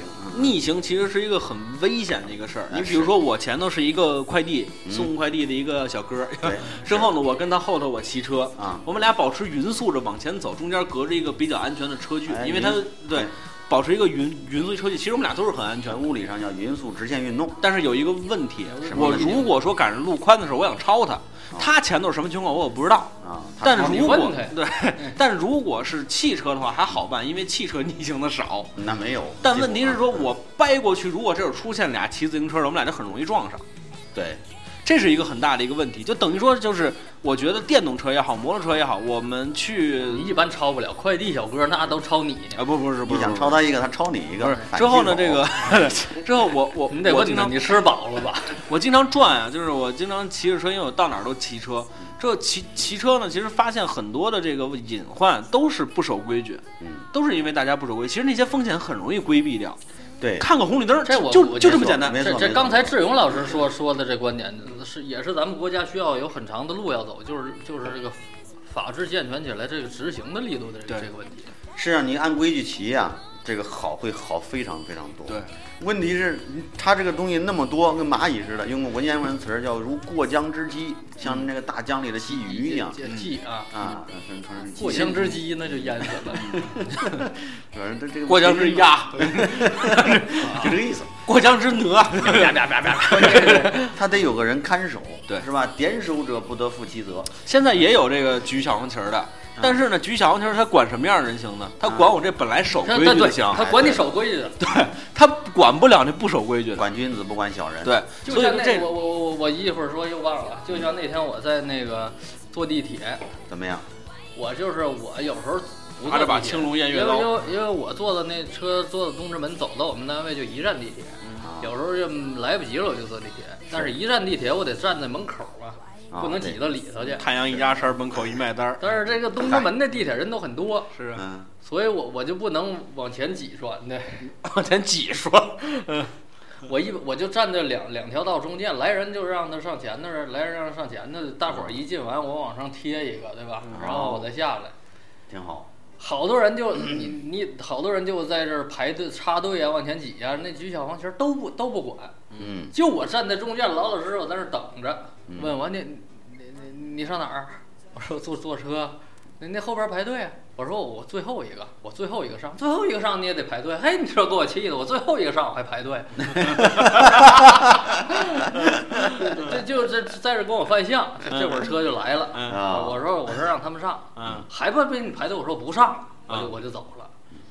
Speaker 3: 逆行其实是一个很危险的一个事儿。
Speaker 5: 哎
Speaker 3: 你比如说，我前头是一个快递送快递的一个小哥儿， (laughs)
Speaker 5: 对
Speaker 3: 之后呢，我跟他后头我骑车
Speaker 5: 啊
Speaker 3: 我们俩保持匀速着往前走，中间隔着一个比较安全的车距
Speaker 5: 哎，
Speaker 3: 因为他
Speaker 5: 您
Speaker 3: 对
Speaker 5: 哎。
Speaker 3: 保持一个匀匀速抽气，其实我们俩都是很安全的。
Speaker 5: 在物理上叫匀速直线运动。
Speaker 3: 但是有一个问题
Speaker 5: 什，么
Speaker 3: 我
Speaker 5: 问题
Speaker 3: 如果说赶上路宽的时候，我想超他，他前头什么情况我也不知道。
Speaker 5: 啊，他嗯
Speaker 3: 但
Speaker 5: 超
Speaker 3: 是
Speaker 5: 你
Speaker 3: 如
Speaker 4: 你
Speaker 3: 果
Speaker 4: 问他
Speaker 3: 对， (laughs) 但是如果是汽车的话还好办，因为汽车逆行的
Speaker 5: (laughs)
Speaker 3: 少。
Speaker 5: 那没有。啊
Speaker 3: 但问题是说，
Speaker 5: 这个
Speaker 3: 我掰过去，如果这有出现俩骑自行车的，我们俩就很容易撞上，
Speaker 5: 对
Speaker 3: 这是一个很大的一个问题。就等于说，就是我觉得电动车也好，摩托车也好，我们去
Speaker 4: 你一般超不了快递小哥，那都超你。
Speaker 3: 啊不不是不
Speaker 5: 你
Speaker 3: 是
Speaker 5: 想
Speaker 3: 不是
Speaker 5: 超他嗯一个，他超你一
Speaker 3: 不
Speaker 5: 个
Speaker 3: 是。
Speaker 5: 反
Speaker 3: 之后呢，
Speaker 5: 击
Speaker 3: 这个 (laughs)
Speaker 5: 手
Speaker 3: 之后我我
Speaker 4: 你得
Speaker 3: 我
Speaker 4: 问
Speaker 3: 经
Speaker 4: 他，
Speaker 3: 常
Speaker 4: 你吃饱了吧？
Speaker 3: 我经常转啊，就是我经常骑着车，因为我到哪儿都骑车。
Speaker 5: 嗯
Speaker 3: 这骑骑车呢，其实发现很多的这个隐患都是不守规矩，
Speaker 5: 嗯，
Speaker 3: 都是因为大家不守规矩。其实那些风险很容易规避掉，
Speaker 5: 对，
Speaker 3: 看个红绿灯儿，
Speaker 4: 这我
Speaker 3: 就 (laughs)
Speaker 4: 我
Speaker 3: 就这
Speaker 4: 接
Speaker 3: 么
Speaker 5: 受
Speaker 3: 简单
Speaker 5: 没。
Speaker 4: 这
Speaker 5: 错
Speaker 4: 这
Speaker 5: 错
Speaker 4: 刚才志勇老师说说的这观点是也是咱们国家需要有很长的路要走，就是就是这个法治健全起来，这个执行的力度的这
Speaker 3: 对
Speaker 4: 个这个问题。
Speaker 5: 是让你按规矩骑呀、这个好会好非常非常多。
Speaker 3: 对，
Speaker 5: 问题是它这个东西那么多，跟蚂蚁似的。用个文言文词儿叫“如过江之鲫”，像那个大江里的鲫鱼一样。
Speaker 4: 这记啊，
Speaker 5: 啊，嗯是传染
Speaker 4: 过
Speaker 5: 鸡
Speaker 4: 江之鲫那就淹死了。
Speaker 5: 主要是这这个
Speaker 3: 过江之鸭，啊
Speaker 5: 就这个意思。
Speaker 3: 过江之
Speaker 5: (laughs)
Speaker 3: 鹅，
Speaker 5: 他得有个人看守，
Speaker 3: (laughs) 对
Speaker 5: 是吧？点守者不得负其责。
Speaker 3: 现在也有这个举小黄旗儿的，
Speaker 5: 嗯
Speaker 3: 但是呢，举小黄旗儿他管什么样的人行呢？他管我这本来守
Speaker 4: (laughs) 他
Speaker 3: 规
Speaker 4: 他
Speaker 3: 矩的
Speaker 4: 对，
Speaker 3: 行，
Speaker 4: 他管你守规矩啊的。
Speaker 3: 对他管不了那不守规矩的，
Speaker 5: 管君子不管小人。，
Speaker 3: 对，
Speaker 4: 就
Speaker 3: 所以
Speaker 4: 像
Speaker 3: 说
Speaker 4: 那
Speaker 3: 这
Speaker 4: 我我我我一会儿说又忘了，就像那天我在那个坐地铁，
Speaker 5: 怎么样？
Speaker 4: 我就是我有时候不
Speaker 3: 拿
Speaker 4: 坐
Speaker 3: 着把
Speaker 4: 地铁
Speaker 3: 青龙偃月
Speaker 4: 因为
Speaker 3: 刀，
Speaker 4: 因为因为我坐的那车坐的东直门走到我们单位就一站地铁，
Speaker 5: 啊
Speaker 4: 有时候就来不及了我就坐地铁，但是一站地铁我得站在门口啊，
Speaker 5: 啊
Speaker 4: 不能挤到里头去。
Speaker 3: 太阳一家山门口一卖单儿，
Speaker 4: 但是这个东直门的地铁人都很多，
Speaker 3: 是啊，
Speaker 5: 嗯，
Speaker 4: 所以我我就不能往前挤
Speaker 3: (laughs)
Speaker 4: 转的，
Speaker 3: 往前挤说，嗯
Speaker 4: 我一我就站在两两条道中间，来人就让他上前头，来人让他上前头，大伙儿一进完我往上贴一个，对吧？
Speaker 3: 嗯
Speaker 4: 然后我再下来。
Speaker 5: 挺好。
Speaker 4: 好多人
Speaker 5: (clears throat)
Speaker 4: 就你你好多人就在这儿排队插队啊，往前挤啊，那举小黄旗儿都不都不管，
Speaker 5: 嗯，
Speaker 4: 就我站在中间，老老实实我在那儿等着。
Speaker 5: 嗯
Speaker 4: 问完你你你你上哪儿？ (laughs) 我说坐坐车。那那后边排队啊。我说我最后一个，我最后一个上，最后一个上你也得排队。嘿，你说给我气的，我最后一个上我还排队， (laughs) 这就这在这跟我犯相。这会儿车就来了，
Speaker 3: 嗯
Speaker 5: 啊
Speaker 4: 我说我说让他们上，
Speaker 3: 嗯，
Speaker 4: 还不被你排队，我说不上，我就
Speaker 3: 啊
Speaker 4: 我就走了。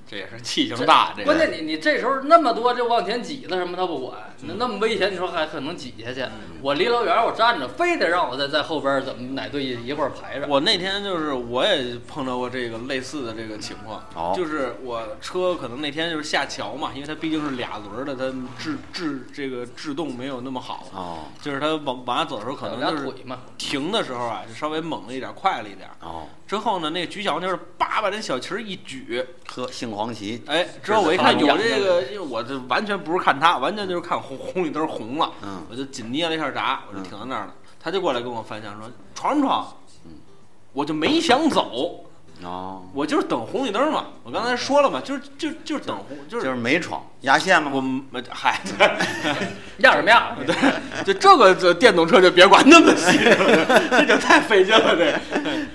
Speaker 3: 这也是气性大，这
Speaker 4: 关键你你这时候那么多就往前挤的什么他不管，那
Speaker 3: 嗯
Speaker 4: 那么危险，你说还可能挤下去？我离老远我站着，非得让我在在后边怎么哪队一一块儿排着。
Speaker 3: 我那天就是我也碰到过这个类似的这个情况，
Speaker 5: 哦
Speaker 3: 就是我车可能那天就是下桥嘛，因为它毕竟是俩轮儿的，它制制这个制动没有那么好，
Speaker 5: 哦
Speaker 3: 就是它往往下走的时候可能
Speaker 4: 俩
Speaker 3: 就是
Speaker 4: 腿嘛，
Speaker 3: 停的时候啊，就稍微猛了一点，快了一点。
Speaker 5: 哦，
Speaker 3: 之后呢，那个举小黄就是叭把这小旗儿一举，
Speaker 5: 呵，姓黄旗。
Speaker 3: 哎，之后我一看有这个，因为我这完全不是看他，完全就是看红红绿灯红了，
Speaker 5: 嗯
Speaker 3: 我就紧捏了一下闸，我就停在那儿了。他就过来跟我翻相说闯不闯
Speaker 5: 嗯？
Speaker 3: 我就没想走，
Speaker 5: 哦，
Speaker 3: 我就是等红绿灯嘛。我刚才说了嘛，就是就就是等红，就
Speaker 5: 就是是没闯压线吗？
Speaker 3: 我们 (laughs) 嗨，
Speaker 4: 压什么压？
Speaker 3: (laughs) 就这个这电动车就别管那么细， (laughs) 这就太费劲了，这。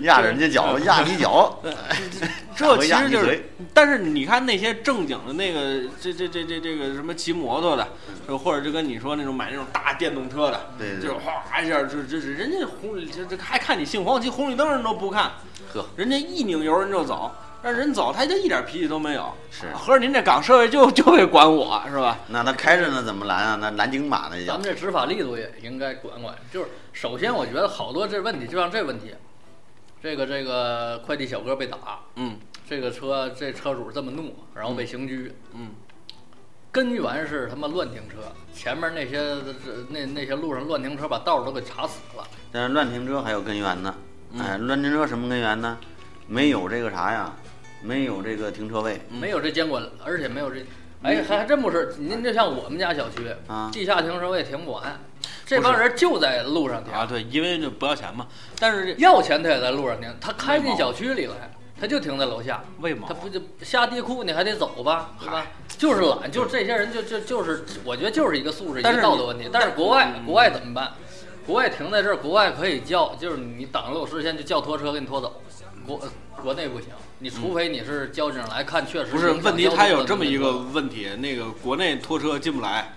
Speaker 5: 压着人家脚，压你脚。
Speaker 3: 这其实就
Speaker 5: 打回压力
Speaker 3: 是
Speaker 5: 贼，
Speaker 3: 但是你看那些正经的那个，这这这这这个什么骑摩托的，就或者就跟你说那种买那种大电动车的，
Speaker 5: 对对
Speaker 3: 就
Speaker 5: 对
Speaker 3: 是哗一下，就就是人家红这这还看你姓黄旗，红绿灯人都不看，
Speaker 5: 呵，
Speaker 3: 人家一拧油人就走，让人走他就一点脾气都没有。
Speaker 5: 是
Speaker 3: 合着您这港社会就就会管我是吧？
Speaker 5: 那他开着那怎么拦啊？那拦警马那
Speaker 4: 咱
Speaker 5: 叫
Speaker 3: 嗯
Speaker 4: 们。这执法力度也应该管管。就是首先，我觉得好多这问题，就像这问题，这个这个快递小哥被打，
Speaker 3: 嗯
Speaker 4: 这个车这车主这么怒，然后被刑拘。
Speaker 3: 嗯，
Speaker 4: 根源是他妈乱停车，前面那些呃这那那些路上乱停车把道儿都给查死了。
Speaker 5: 但是乱停车还有根源呢。
Speaker 3: 嗯
Speaker 5: 哎，乱停车什么根源呢？没有这个啥呀，没有这个停车位。
Speaker 4: 没有这监管，而且没有这，哎，还还真不是。您就像我们家小区，
Speaker 5: 啊
Speaker 4: 地下停车位停不完，这帮人就在路上停，
Speaker 3: 啊对，因为就不要钱嘛，但是这
Speaker 4: 要钱他也在路上停，他开进小区里来，他就停在楼下，
Speaker 3: 为毛啊
Speaker 4: 他？不就下地库你还得走吧，对
Speaker 3: 哎
Speaker 4: 吧？就是懒，就是这些人就就就是，我觉得就是一个素质一
Speaker 3: 但是
Speaker 4: 个道
Speaker 3: 你嗯
Speaker 4: 德问题。但是国外国外怎么办？国外停在这儿，国外可以叫，就是你挡了我视线就叫拖车给你拖走，国国内不行。你除非你是交警来看，确实
Speaker 3: 嗯不是
Speaker 4: 影响
Speaker 3: 问题，
Speaker 4: 交通
Speaker 3: 他有
Speaker 4: 的
Speaker 3: 这么
Speaker 4: 那
Speaker 3: 一个
Speaker 4: 种
Speaker 3: 问题，那个国内拖车进不来，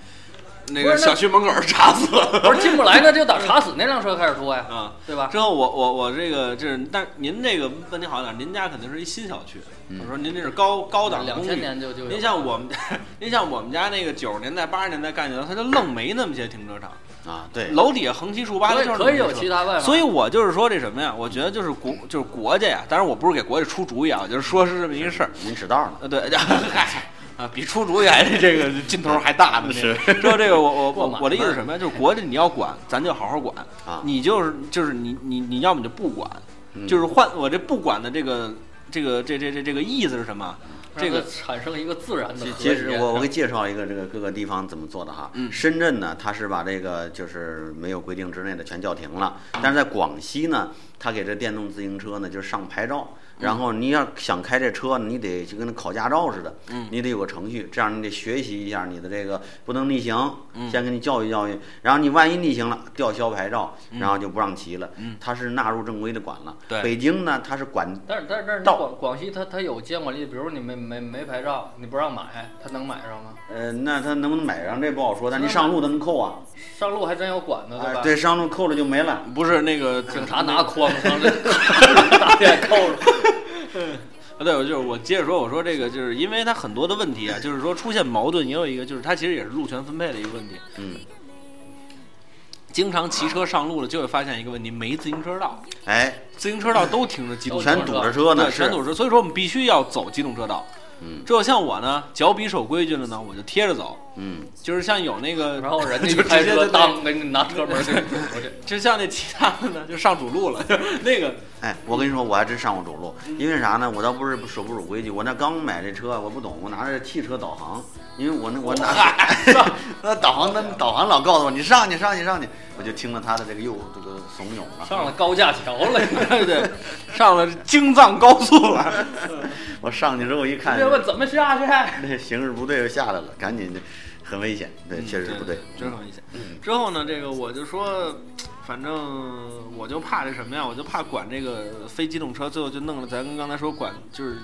Speaker 3: 那
Speaker 4: 不
Speaker 3: 个
Speaker 4: 是那
Speaker 3: 小区门口儿查死了，
Speaker 4: 不是进不来，那就打查死那辆车开始拖呀，
Speaker 3: 啊。
Speaker 4: 对吧？
Speaker 3: 之后我我我这个这是，但您这个问题好点儿，您家肯定是一新小区，我说您这是高高档
Speaker 4: 嗯两
Speaker 3: 公
Speaker 4: 千
Speaker 3: 寓，
Speaker 4: 年就就有
Speaker 3: 您像我们， (laughs) 您像我们家那个九十年代八十年代干起来，他就愣没那么些停车场，
Speaker 5: 啊，对，
Speaker 3: 楼底下横七竖八
Speaker 4: 可
Speaker 3: 的
Speaker 4: 以
Speaker 3: 就是
Speaker 4: 可以有
Speaker 3: 停车
Speaker 4: 其他办法，
Speaker 3: 所以我就是说这什么呀？我觉得就是国就是国家呀，当然我不是给国家出主意啊，就是说是这么一个事儿。
Speaker 5: 您指道呢？
Speaker 3: 呃，对， (laughs) 嗨。啊，比出主意还是这个劲头还大呢。是，之 (laughs) 后这个我我
Speaker 4: 过
Speaker 3: 我
Speaker 4: 马路
Speaker 3: 我的意思是什么呀？就是国家你要管，咱就好好管。
Speaker 5: 啊
Speaker 3: 你就是就是你你你要么就不管，
Speaker 5: 嗯
Speaker 3: 就是换我这不管的这个这个这这这这个意思是什么？这
Speaker 4: 让它
Speaker 3: 个
Speaker 4: 产生一个自然的和谐。
Speaker 5: 其实我我给介绍一个这个各个地方怎么做的哈。深圳呢，它是把这个就是没有规定之内的全叫停了，但是在广西呢，它给这电动自行车呢就是上牌照，然后你要想开这车，你得就跟那考驾照似的，你得有个程序，这样你得学习一下你的这个不能逆行，先给你教育教育，然后你万一逆行了，吊销牌照，然后就不让骑了，它是纳入正规的管了。
Speaker 3: 对
Speaker 5: 北京呢，它是管
Speaker 4: 但是但是但是
Speaker 5: 到
Speaker 4: 广广西它它有监管力，比如你没没没牌照，你不让买，它能买上吗？
Speaker 5: 呃，那他能不能买上这不好说，但你上路他能扣啊，
Speaker 4: 上路还真有管的，
Speaker 5: 哎
Speaker 4: 吧？
Speaker 5: 对，上路扣了就没了。
Speaker 3: 不是那 (laughs) 个
Speaker 4: 警察拿筐上来大便扣了，
Speaker 3: (laughs) 啊，对，我就是我接着说，我说这个就是因为它很多的问题啊，就是说出现矛盾，也有一个就是它其实也是路权分配的一个问题。
Speaker 5: 嗯，
Speaker 3: 经常骑车上路了，就会发现一个问题，没自行车道，
Speaker 5: 哎，
Speaker 3: 自行车道都停着机动车，
Speaker 5: 全堵着车呢，
Speaker 3: 对，全
Speaker 5: 是
Speaker 3: 堵车，所以说我们必须要走机动车道。
Speaker 5: 嗯
Speaker 3: 只有像我呢，脚比手规矩了呢，我就贴着走，
Speaker 5: 嗯，
Speaker 3: 就是像有那个，
Speaker 4: 然
Speaker 3: (laughs)
Speaker 4: 后人家一
Speaker 3: 就
Speaker 4: 开
Speaker 3: 直接
Speaker 4: 车
Speaker 3: 就
Speaker 4: 当给你拿车门给你堵过去。
Speaker 3: 就像那其他的呢，就上主路了， (laughs) 就是那个
Speaker 5: 哎，我跟你说，我还真上过主路，因为啥呢？我倒不是守不守规矩，我那刚买这车，我不懂，我拿着汽车导航，因为我那我拿 (laughs) 那导航那导航老告诉我你上去上去上去，我就听了他的这个诱这个怂恿了，
Speaker 4: 上了高架桥了，
Speaker 3: 对对，上了京藏高速了。
Speaker 5: 我上去之后一看
Speaker 4: 别，问怎么下去。
Speaker 5: 那形势不对，就下来了，赶紧就很危险，对，
Speaker 3: 嗯
Speaker 5: 确实不对，
Speaker 3: 真很危险。之后呢，这个我就说，反正我就怕这什么呀？我就怕管这个非机动车，最后就弄了咱跟刚才说管就是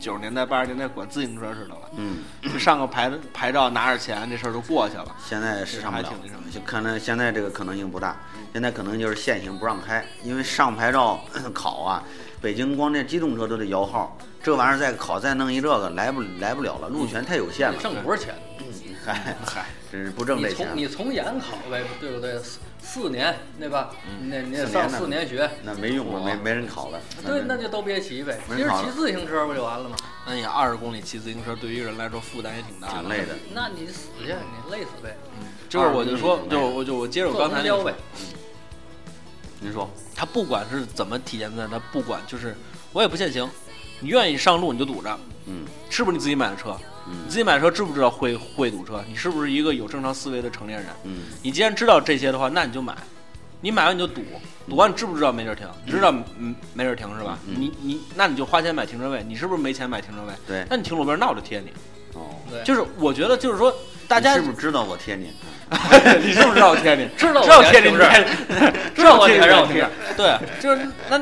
Speaker 3: 九十年代八十年代管自行车似的了，
Speaker 5: 嗯。
Speaker 3: 就 (clears throat) 上个牌牌照拿着钱，这事儿就过去了。
Speaker 5: 现在是上不了
Speaker 3: 还挺那什么，
Speaker 5: 就看来现在这个可能性不大。现在可能就是限行不让开，因为上牌照 (coughs) 考啊，北京光这机动车都得摇号，这玩意儿再考再弄一这个，来不来不了了，路权太有限了。
Speaker 4: 挣
Speaker 3: 嗯
Speaker 4: 多少钱？
Speaker 5: (laughs) 嗨嗨，真是不挣
Speaker 4: 你
Speaker 5: 这钱
Speaker 4: 从。你从严考呗，对不对？四四年对吧？那你得
Speaker 5: 四
Speaker 4: 上
Speaker 5: 年呢
Speaker 4: 四年学，
Speaker 5: 那没用了，
Speaker 4: 我
Speaker 5: 没没人考了。
Speaker 4: 对，那就都别骑呗。
Speaker 5: 没
Speaker 4: 其实
Speaker 5: 考
Speaker 4: 骑
Speaker 5: 了
Speaker 4: 自行车不就完了吗？
Speaker 3: 那你二十公里骑自行车，对于人来说负担也挺大的，
Speaker 5: 挺累的。。
Speaker 4: 那你死去，你累死呗，
Speaker 3: 就是我就说
Speaker 5: 二十，公里
Speaker 3: 就我就我接着我
Speaker 4: 坐
Speaker 3: 刚才
Speaker 4: 公
Speaker 3: 那个
Speaker 4: 交
Speaker 3: 说
Speaker 4: 呗。
Speaker 5: 您说，
Speaker 3: 他不管是怎么体现在，他不管就是我也不限行，你愿意上路你就堵着，
Speaker 5: 嗯
Speaker 3: 是不是你自己买的车？你
Speaker 5: 嗯
Speaker 3: 自己买车知不知道会会堵车？你是不是一个有正常思维的成年人？
Speaker 5: 嗯，
Speaker 3: 你既然知道这些的话，那你就买，你买完你就堵，堵完你知不知道没地儿停？知道嗯没地儿停是吧？
Speaker 5: 嗯
Speaker 3: 你你那你就花钱买停车位，你是不是没钱买停车位？
Speaker 5: 对
Speaker 3: 那你停路边，那我就贴你。
Speaker 5: 哦，
Speaker 4: 对，
Speaker 3: 就是我觉得就是说，大家
Speaker 5: 你是不是知道我贴你？
Speaker 3: (laughs) 你是不是知道我贴你？
Speaker 4: 知道
Speaker 3: 知道
Speaker 4: 我
Speaker 3: 贴你
Speaker 4: 是不是？
Speaker 3: 你，
Speaker 4: 知道我
Speaker 3: 贴
Speaker 4: 贴
Speaker 3: 你
Speaker 4: 知道我
Speaker 3: 你
Speaker 4: 贴
Speaker 3: 对，就是那。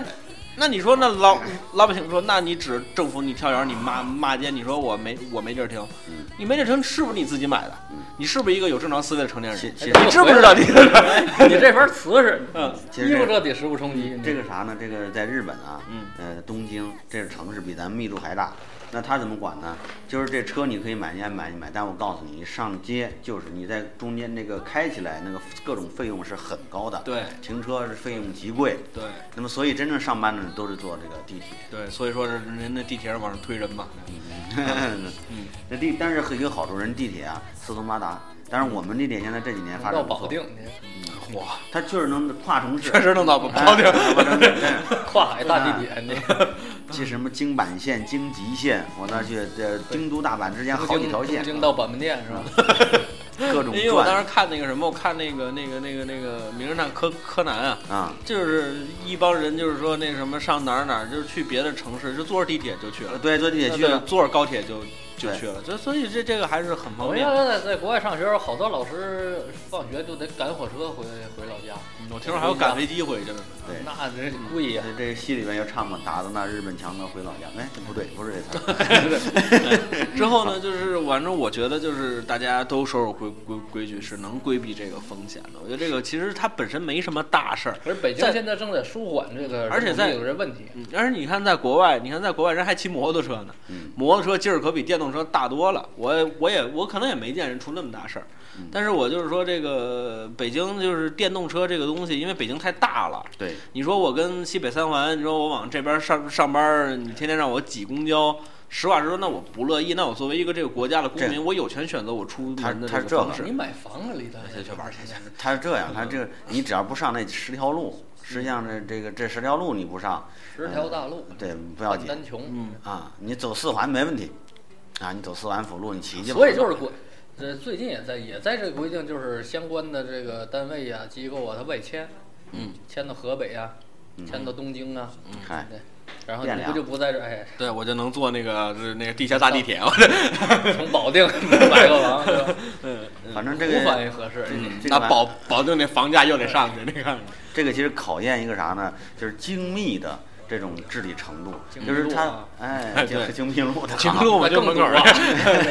Speaker 3: 那你说，那老老百姓说，那你指政府你跳摇，你骂骂街，你说我没我没地儿停
Speaker 5: 嗯，
Speaker 3: 你没地儿停是不是你自己买的？你是不是一个有正常思维的成年人？
Speaker 5: 其
Speaker 3: 哎你
Speaker 5: 其
Speaker 3: 知不知道你？ (laughs)
Speaker 4: (laughs) 你这盘瓷实，
Speaker 3: 嗯，
Speaker 5: 其实
Speaker 4: 衣服
Speaker 5: 这
Speaker 4: 这得食物冲击。
Speaker 5: 这个啥呢？这个在日本啊，
Speaker 3: 嗯
Speaker 5: 呃，东京这个城市比咱们密度还大。那他怎么管呢？就是这车你可以买，你爱买你买，但我告诉你，一上街就是你在中间那个开起来，那个各种费用是很高的。
Speaker 3: 对
Speaker 5: 停车是费用极贵。
Speaker 3: 对
Speaker 5: 那么，所以真正上班的人都是坐这个地铁。
Speaker 3: 对，所以说是人家地铁上往上推人嘛。
Speaker 5: 嗯， (laughs) 那地但是有一个好处，人地铁啊四通八达。但是我们地铁现在这几年发展
Speaker 4: 到
Speaker 5: 不错
Speaker 4: 保定，
Speaker 3: 哇，
Speaker 5: 它确实能跨城市，
Speaker 3: 确实能到
Speaker 5: 哎
Speaker 3: 保定。
Speaker 5: 跨城市。
Speaker 3: (laughs)
Speaker 5: 对
Speaker 4: 跨海大地
Speaker 5: (laughs)
Speaker 4: 铁，你
Speaker 5: 去什么京阪线、京吉线，我那去这京都大阪之间好几条线啊
Speaker 4: 东，京到板门店是吧？
Speaker 5: 各种
Speaker 3: 因为我当
Speaker 5: 转
Speaker 3: 时看那个什么，我看那个那个那个那个《名侦探柯柯南》啊，
Speaker 5: 啊，
Speaker 3: 就是一帮人，就是说那什么上哪儿哪儿，就是去别的城市，就坐着地铁就去
Speaker 5: 呃
Speaker 3: 了，
Speaker 5: 对，坐地铁去
Speaker 3: 对
Speaker 5: 了。
Speaker 3: 坐着高铁就就
Speaker 5: 对
Speaker 3: 去了，这所以这这个还是很
Speaker 4: 我
Speaker 3: 方
Speaker 4: 们
Speaker 3: 便
Speaker 4: 原。来在在国外上学，好多老师放学就得赶火车回回老家，
Speaker 3: 我听说还有赶飞机回去 (laughs) 的，
Speaker 5: 对嗯
Speaker 4: 那这贵呀
Speaker 5: 这。这戏里面又唱过“打到那日本墙头回老家”，哎，这不对，不是这词儿。
Speaker 4: (laughs)
Speaker 3: 之后呢，就是反正我觉得就是大家都守守规规规矩是能规避这个风险的。我觉得这个其实它本身没什么大事儿，
Speaker 4: 可是北京
Speaker 3: 在
Speaker 4: 现在正在舒缓这个
Speaker 3: 而且在
Speaker 4: 人口密度这问题，
Speaker 3: 嗯，但是你看在国外，你看在国外人还骑摩托车呢，
Speaker 5: 嗯
Speaker 3: 摩托车劲儿可比电动车大多了。我我也我可能也没见人出那么大事儿，
Speaker 5: 嗯
Speaker 3: 但是我就是说这个北京就是电动车这个东西，因为北京太大了。
Speaker 5: 对，
Speaker 3: 你说我跟西北三环，你说我往这边上上班儿，你天天让我挤公交，实话实说，那我不乐意。那我作为一个这个国家的公
Speaker 5: 这
Speaker 3: 民，我有权选择我出门
Speaker 5: 他
Speaker 3: 的
Speaker 5: 他
Speaker 3: 这个
Speaker 5: 这
Speaker 3: 方
Speaker 5: 个
Speaker 3: 式
Speaker 4: 你。买房啊，李
Speaker 5: 哎
Speaker 4: 丹，
Speaker 3: 去去玩儿去去
Speaker 5: 他是这样，他这个你只要不上那十条路，实际上这这个这十条路你不上，
Speaker 4: 十条大路，
Speaker 5: 呃对，不要紧
Speaker 4: 单穷，
Speaker 3: 嗯
Speaker 5: 啊，你走四环没问题，啊，你走四环辅路你骑去吧。
Speaker 4: 啊所以就是国，呃，最近也在也在这个规定，就是相关的这个单位呀、机构啊，它外迁，
Speaker 3: 嗯，
Speaker 4: 迁到河北啊，迁到东京啊，
Speaker 5: 哎，
Speaker 4: 对，然后
Speaker 5: 汴
Speaker 4: 你
Speaker 5: 梁
Speaker 4: 不就不在这哎，
Speaker 3: 对，我就能坐那个是那个地下大地铁，我这
Speaker 4: 从保定买个房是吧？嗯
Speaker 5: 反正这
Speaker 4: 五环
Speaker 5: 个
Speaker 4: 也合适，
Speaker 5: (laughs) 这
Speaker 3: 那
Speaker 5: 个
Speaker 3: 保保定那房价又得上去，那个。
Speaker 5: 这个其实考验一个啥呢？就是精密的这种治理程度，
Speaker 4: 精
Speaker 5: 就是
Speaker 4: 密路
Speaker 5: 它
Speaker 4: 啊
Speaker 5: 哎，就
Speaker 3: (laughs) 对
Speaker 5: 是精密路的
Speaker 3: 请路我们就门口儿
Speaker 4: 那更 堵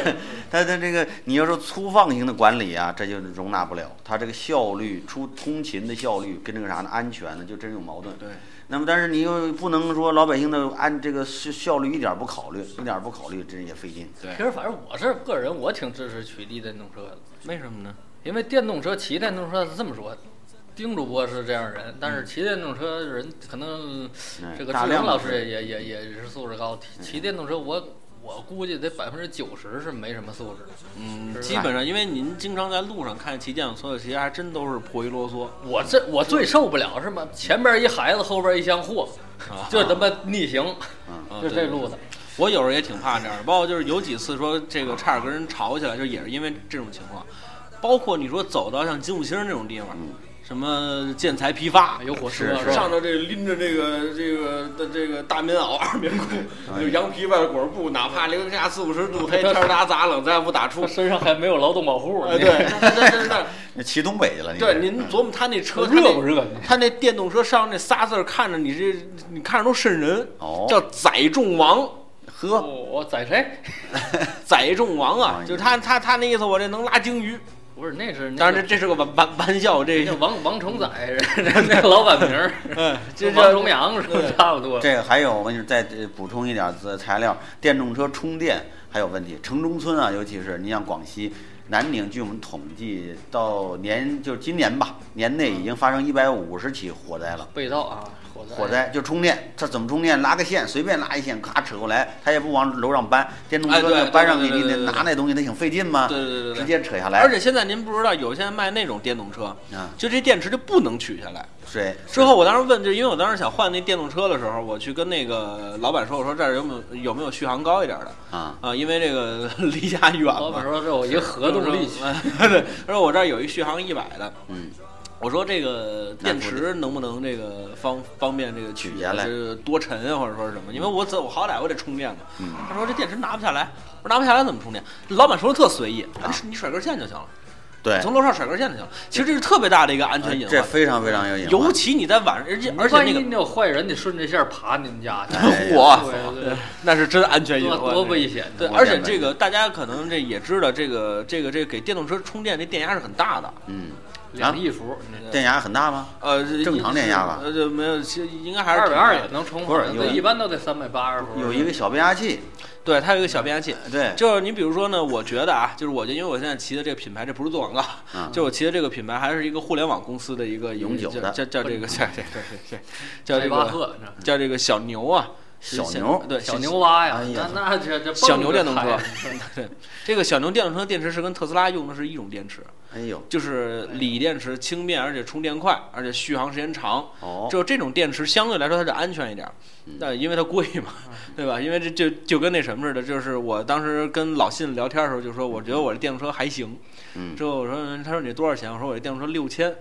Speaker 3: (laughs)
Speaker 5: (laughs) 它的这个你要说粗放型的管理啊，这就容纳不了。它这个效率、出通勤的效率跟这个啥呢，安全呢，就真有矛盾。
Speaker 3: 对。
Speaker 5: 那么，但是你又不能说老百姓的按这个效效率一点儿不考虑，一点儿不考虑，真也费劲。
Speaker 3: 对
Speaker 4: 其实反正我是个人，我挺支持取缔电动车的，
Speaker 3: 为什么呢？
Speaker 4: 因为电动车骑电动车是这么说。丁主播是这样人，但
Speaker 3: 嗯
Speaker 4: 是骑电动车人可能
Speaker 3: 哎
Speaker 5: 嗯
Speaker 4: 这个
Speaker 5: 大
Speaker 4: 志
Speaker 5: 量
Speaker 4: 勇
Speaker 5: 的
Speaker 4: 老师也也也也是素质高，
Speaker 3: 嗯
Speaker 4: 骑骑电动车我我估计得百分之九十是没什么素质的。
Speaker 3: 嗯，
Speaker 4: 是
Speaker 3: 基本上，因为您经常在路上看骑电动车的，其实还真都是破衣啰嗦。
Speaker 4: 我这我最受不了是吗？前边一孩子，后边一箱货，就他妈逆行，
Speaker 3: 啊
Speaker 4: 就
Speaker 3: 对
Speaker 4: 这路子。
Speaker 3: 我有时候也挺怕这样，包括就是有几次说这个差点跟人吵起来，就也是因为这种情况。包括你说走到像金五星这种地方，什么建材批发，
Speaker 4: 嗯有火车
Speaker 5: 是是
Speaker 4: 吧
Speaker 3: 上头这拎着这个这个的这个大棉袄、 (laughs) 二棉裤，就羊皮外裹布，哪怕零下四五十
Speaker 4: (laughs)
Speaker 3: 度黑，天儿打咋冷，咱也不打怵
Speaker 4: 他。身上还没有劳动保护，
Speaker 3: 哎，对，那那那那，
Speaker 5: 你骑东北去了，你嗯
Speaker 3: 对，您琢磨他那车他
Speaker 4: 车
Speaker 3: 那
Speaker 4: 热不热？你
Speaker 3: 他那电动车上那仨字儿看着你这，你看着都瘆人，
Speaker 5: 哦
Speaker 3: 叫载重王，
Speaker 4: 我
Speaker 5: 呵，
Speaker 4: 我宰谁？
Speaker 3: 载重王
Speaker 5: 哎
Speaker 3: 啊，
Speaker 5: 呀
Speaker 3: 就是他他他那意思，我这能拉鲸鱼。
Speaker 4: 不是，那是
Speaker 3: 当
Speaker 4: 那
Speaker 3: 然这
Speaker 4: 是
Speaker 3: 这是个玩玩玩笑，这
Speaker 4: 那王王重宰，
Speaker 3: (laughs)
Speaker 4: 人家老板名儿，
Speaker 3: 嗯，这
Speaker 4: 王
Speaker 3: 这
Speaker 4: 重阳是吧差不多。
Speaker 5: 这个还有我跟你说再呃补充一点资材料，电动车充电还有问题。城中村啊，尤其是你像广西。南宁，据我们统计，到年就是今年吧，年内已经发生一百五十起火灾了。
Speaker 4: 被盗啊，火灾，
Speaker 5: 火，灾就充电，它怎么充电？拉个线，随便拉一线，咔扯过来，它也不往楼上搬，电动
Speaker 3: 哎
Speaker 5: 车
Speaker 3: 对
Speaker 5: 呢搬上去，
Speaker 3: 对对
Speaker 5: 你
Speaker 3: 对
Speaker 5: 得
Speaker 3: 对
Speaker 5: 拿那东西，它挺费劲吗？
Speaker 3: 对对对对
Speaker 5: 直接扯下来。
Speaker 3: 而且现在您不知道，有现在卖那种电动车
Speaker 5: 啊，
Speaker 3: 就这电池就不能取下来。
Speaker 5: 水
Speaker 3: 之后我当时问，就因为我当时想换那电动车的时候，我去跟那个老板说，我说这儿有没有有没有续航高一点的
Speaker 5: 啊，
Speaker 3: 啊？因为这个 (laughs) 离家远
Speaker 4: 老板
Speaker 3: 嘛。
Speaker 4: 说这我一合同力气，
Speaker 3: (laughs) 对，他说我这儿有一续航一百的，
Speaker 5: 嗯，
Speaker 3: 我说这个
Speaker 5: 南
Speaker 3: 电
Speaker 5: 孚
Speaker 3: 池能不能这个方方便这个取
Speaker 5: 取下来
Speaker 3: 就是多沉啊，或者说是什么？因为我走好歹我得充电嘛。
Speaker 5: 嗯
Speaker 3: 他说这电池拿不下来，我说拿不下来怎么充电？老板说的特随意，啊你甩根线就行了，
Speaker 5: 对，
Speaker 3: 从楼上甩根线就行了。其实这是特别大的一个安全隐
Speaker 5: 呃
Speaker 3: 患，
Speaker 5: 这非常非常有隐
Speaker 3: 尤
Speaker 5: 患。
Speaker 3: 其你在晚上，而且而且
Speaker 4: 嗯万一
Speaker 3: 那个
Speaker 4: 你有坏人，得顺着线儿爬你
Speaker 3: (laughs)
Speaker 4: 们家去，
Speaker 5: 哎呀
Speaker 3: 我哎
Speaker 4: 对对
Speaker 3: 那是真安全隐
Speaker 4: 多
Speaker 3: 患，
Speaker 4: 多危
Speaker 3: 险。
Speaker 4: 险
Speaker 3: 对，啊
Speaker 5: 我
Speaker 3: 而且
Speaker 5: 明白
Speaker 3: 这个大家可能这也知道，这个这个这个给电动车充电这电压是很大的，
Speaker 5: 嗯，
Speaker 4: 两亿伏，你
Speaker 5: 电压很大吗？
Speaker 3: 呃，
Speaker 5: 正常电压吧
Speaker 3: 呃，就没有，其实应该还是
Speaker 4: 二百二也
Speaker 3: 挺大的
Speaker 4: 能充，
Speaker 5: 不是
Speaker 4: 好像
Speaker 5: 有
Speaker 4: 得一般都得三百八十伏。
Speaker 5: 有一个小变压器，
Speaker 3: 对，它有一个小变压器。
Speaker 5: 对，
Speaker 3: 就是你比如说呢，我觉得啊，就是我就因为我现在骑的这个品牌，这不是做广告，
Speaker 5: 嗯
Speaker 3: 就我骑的这个品牌还是一个互联网公司的一个一个
Speaker 5: 永久的
Speaker 3: 叫叫叫这个叫这个叫这
Speaker 4: 嗯巴
Speaker 3: 个
Speaker 4: 赫，那
Speaker 3: 叫这个小牛啊，
Speaker 5: 小牛
Speaker 3: 对
Speaker 4: 小牛蛙呀
Speaker 5: 哎，
Speaker 4: 那
Speaker 5: 呀
Speaker 4: 那这这
Speaker 3: 小牛电动车
Speaker 4: 蹦着开，
Speaker 3: 对这个小牛电动车电池是跟特斯拉用的是一种电池，
Speaker 5: 哎呦，
Speaker 3: 就是锂电池，轻便而且充电快，而且续航时间长。
Speaker 5: 哦，嗯
Speaker 3: 就这种电池相对来说它就安全一点儿，那因为它贵嘛， (laughs) 对吧？因为这就就跟那什么似的，就是我当时跟老信聊天的时候就说，我觉得我这电动车还行。
Speaker 5: 嗯
Speaker 3: 之后我说，他说你多少钱？我说我这电动车六千。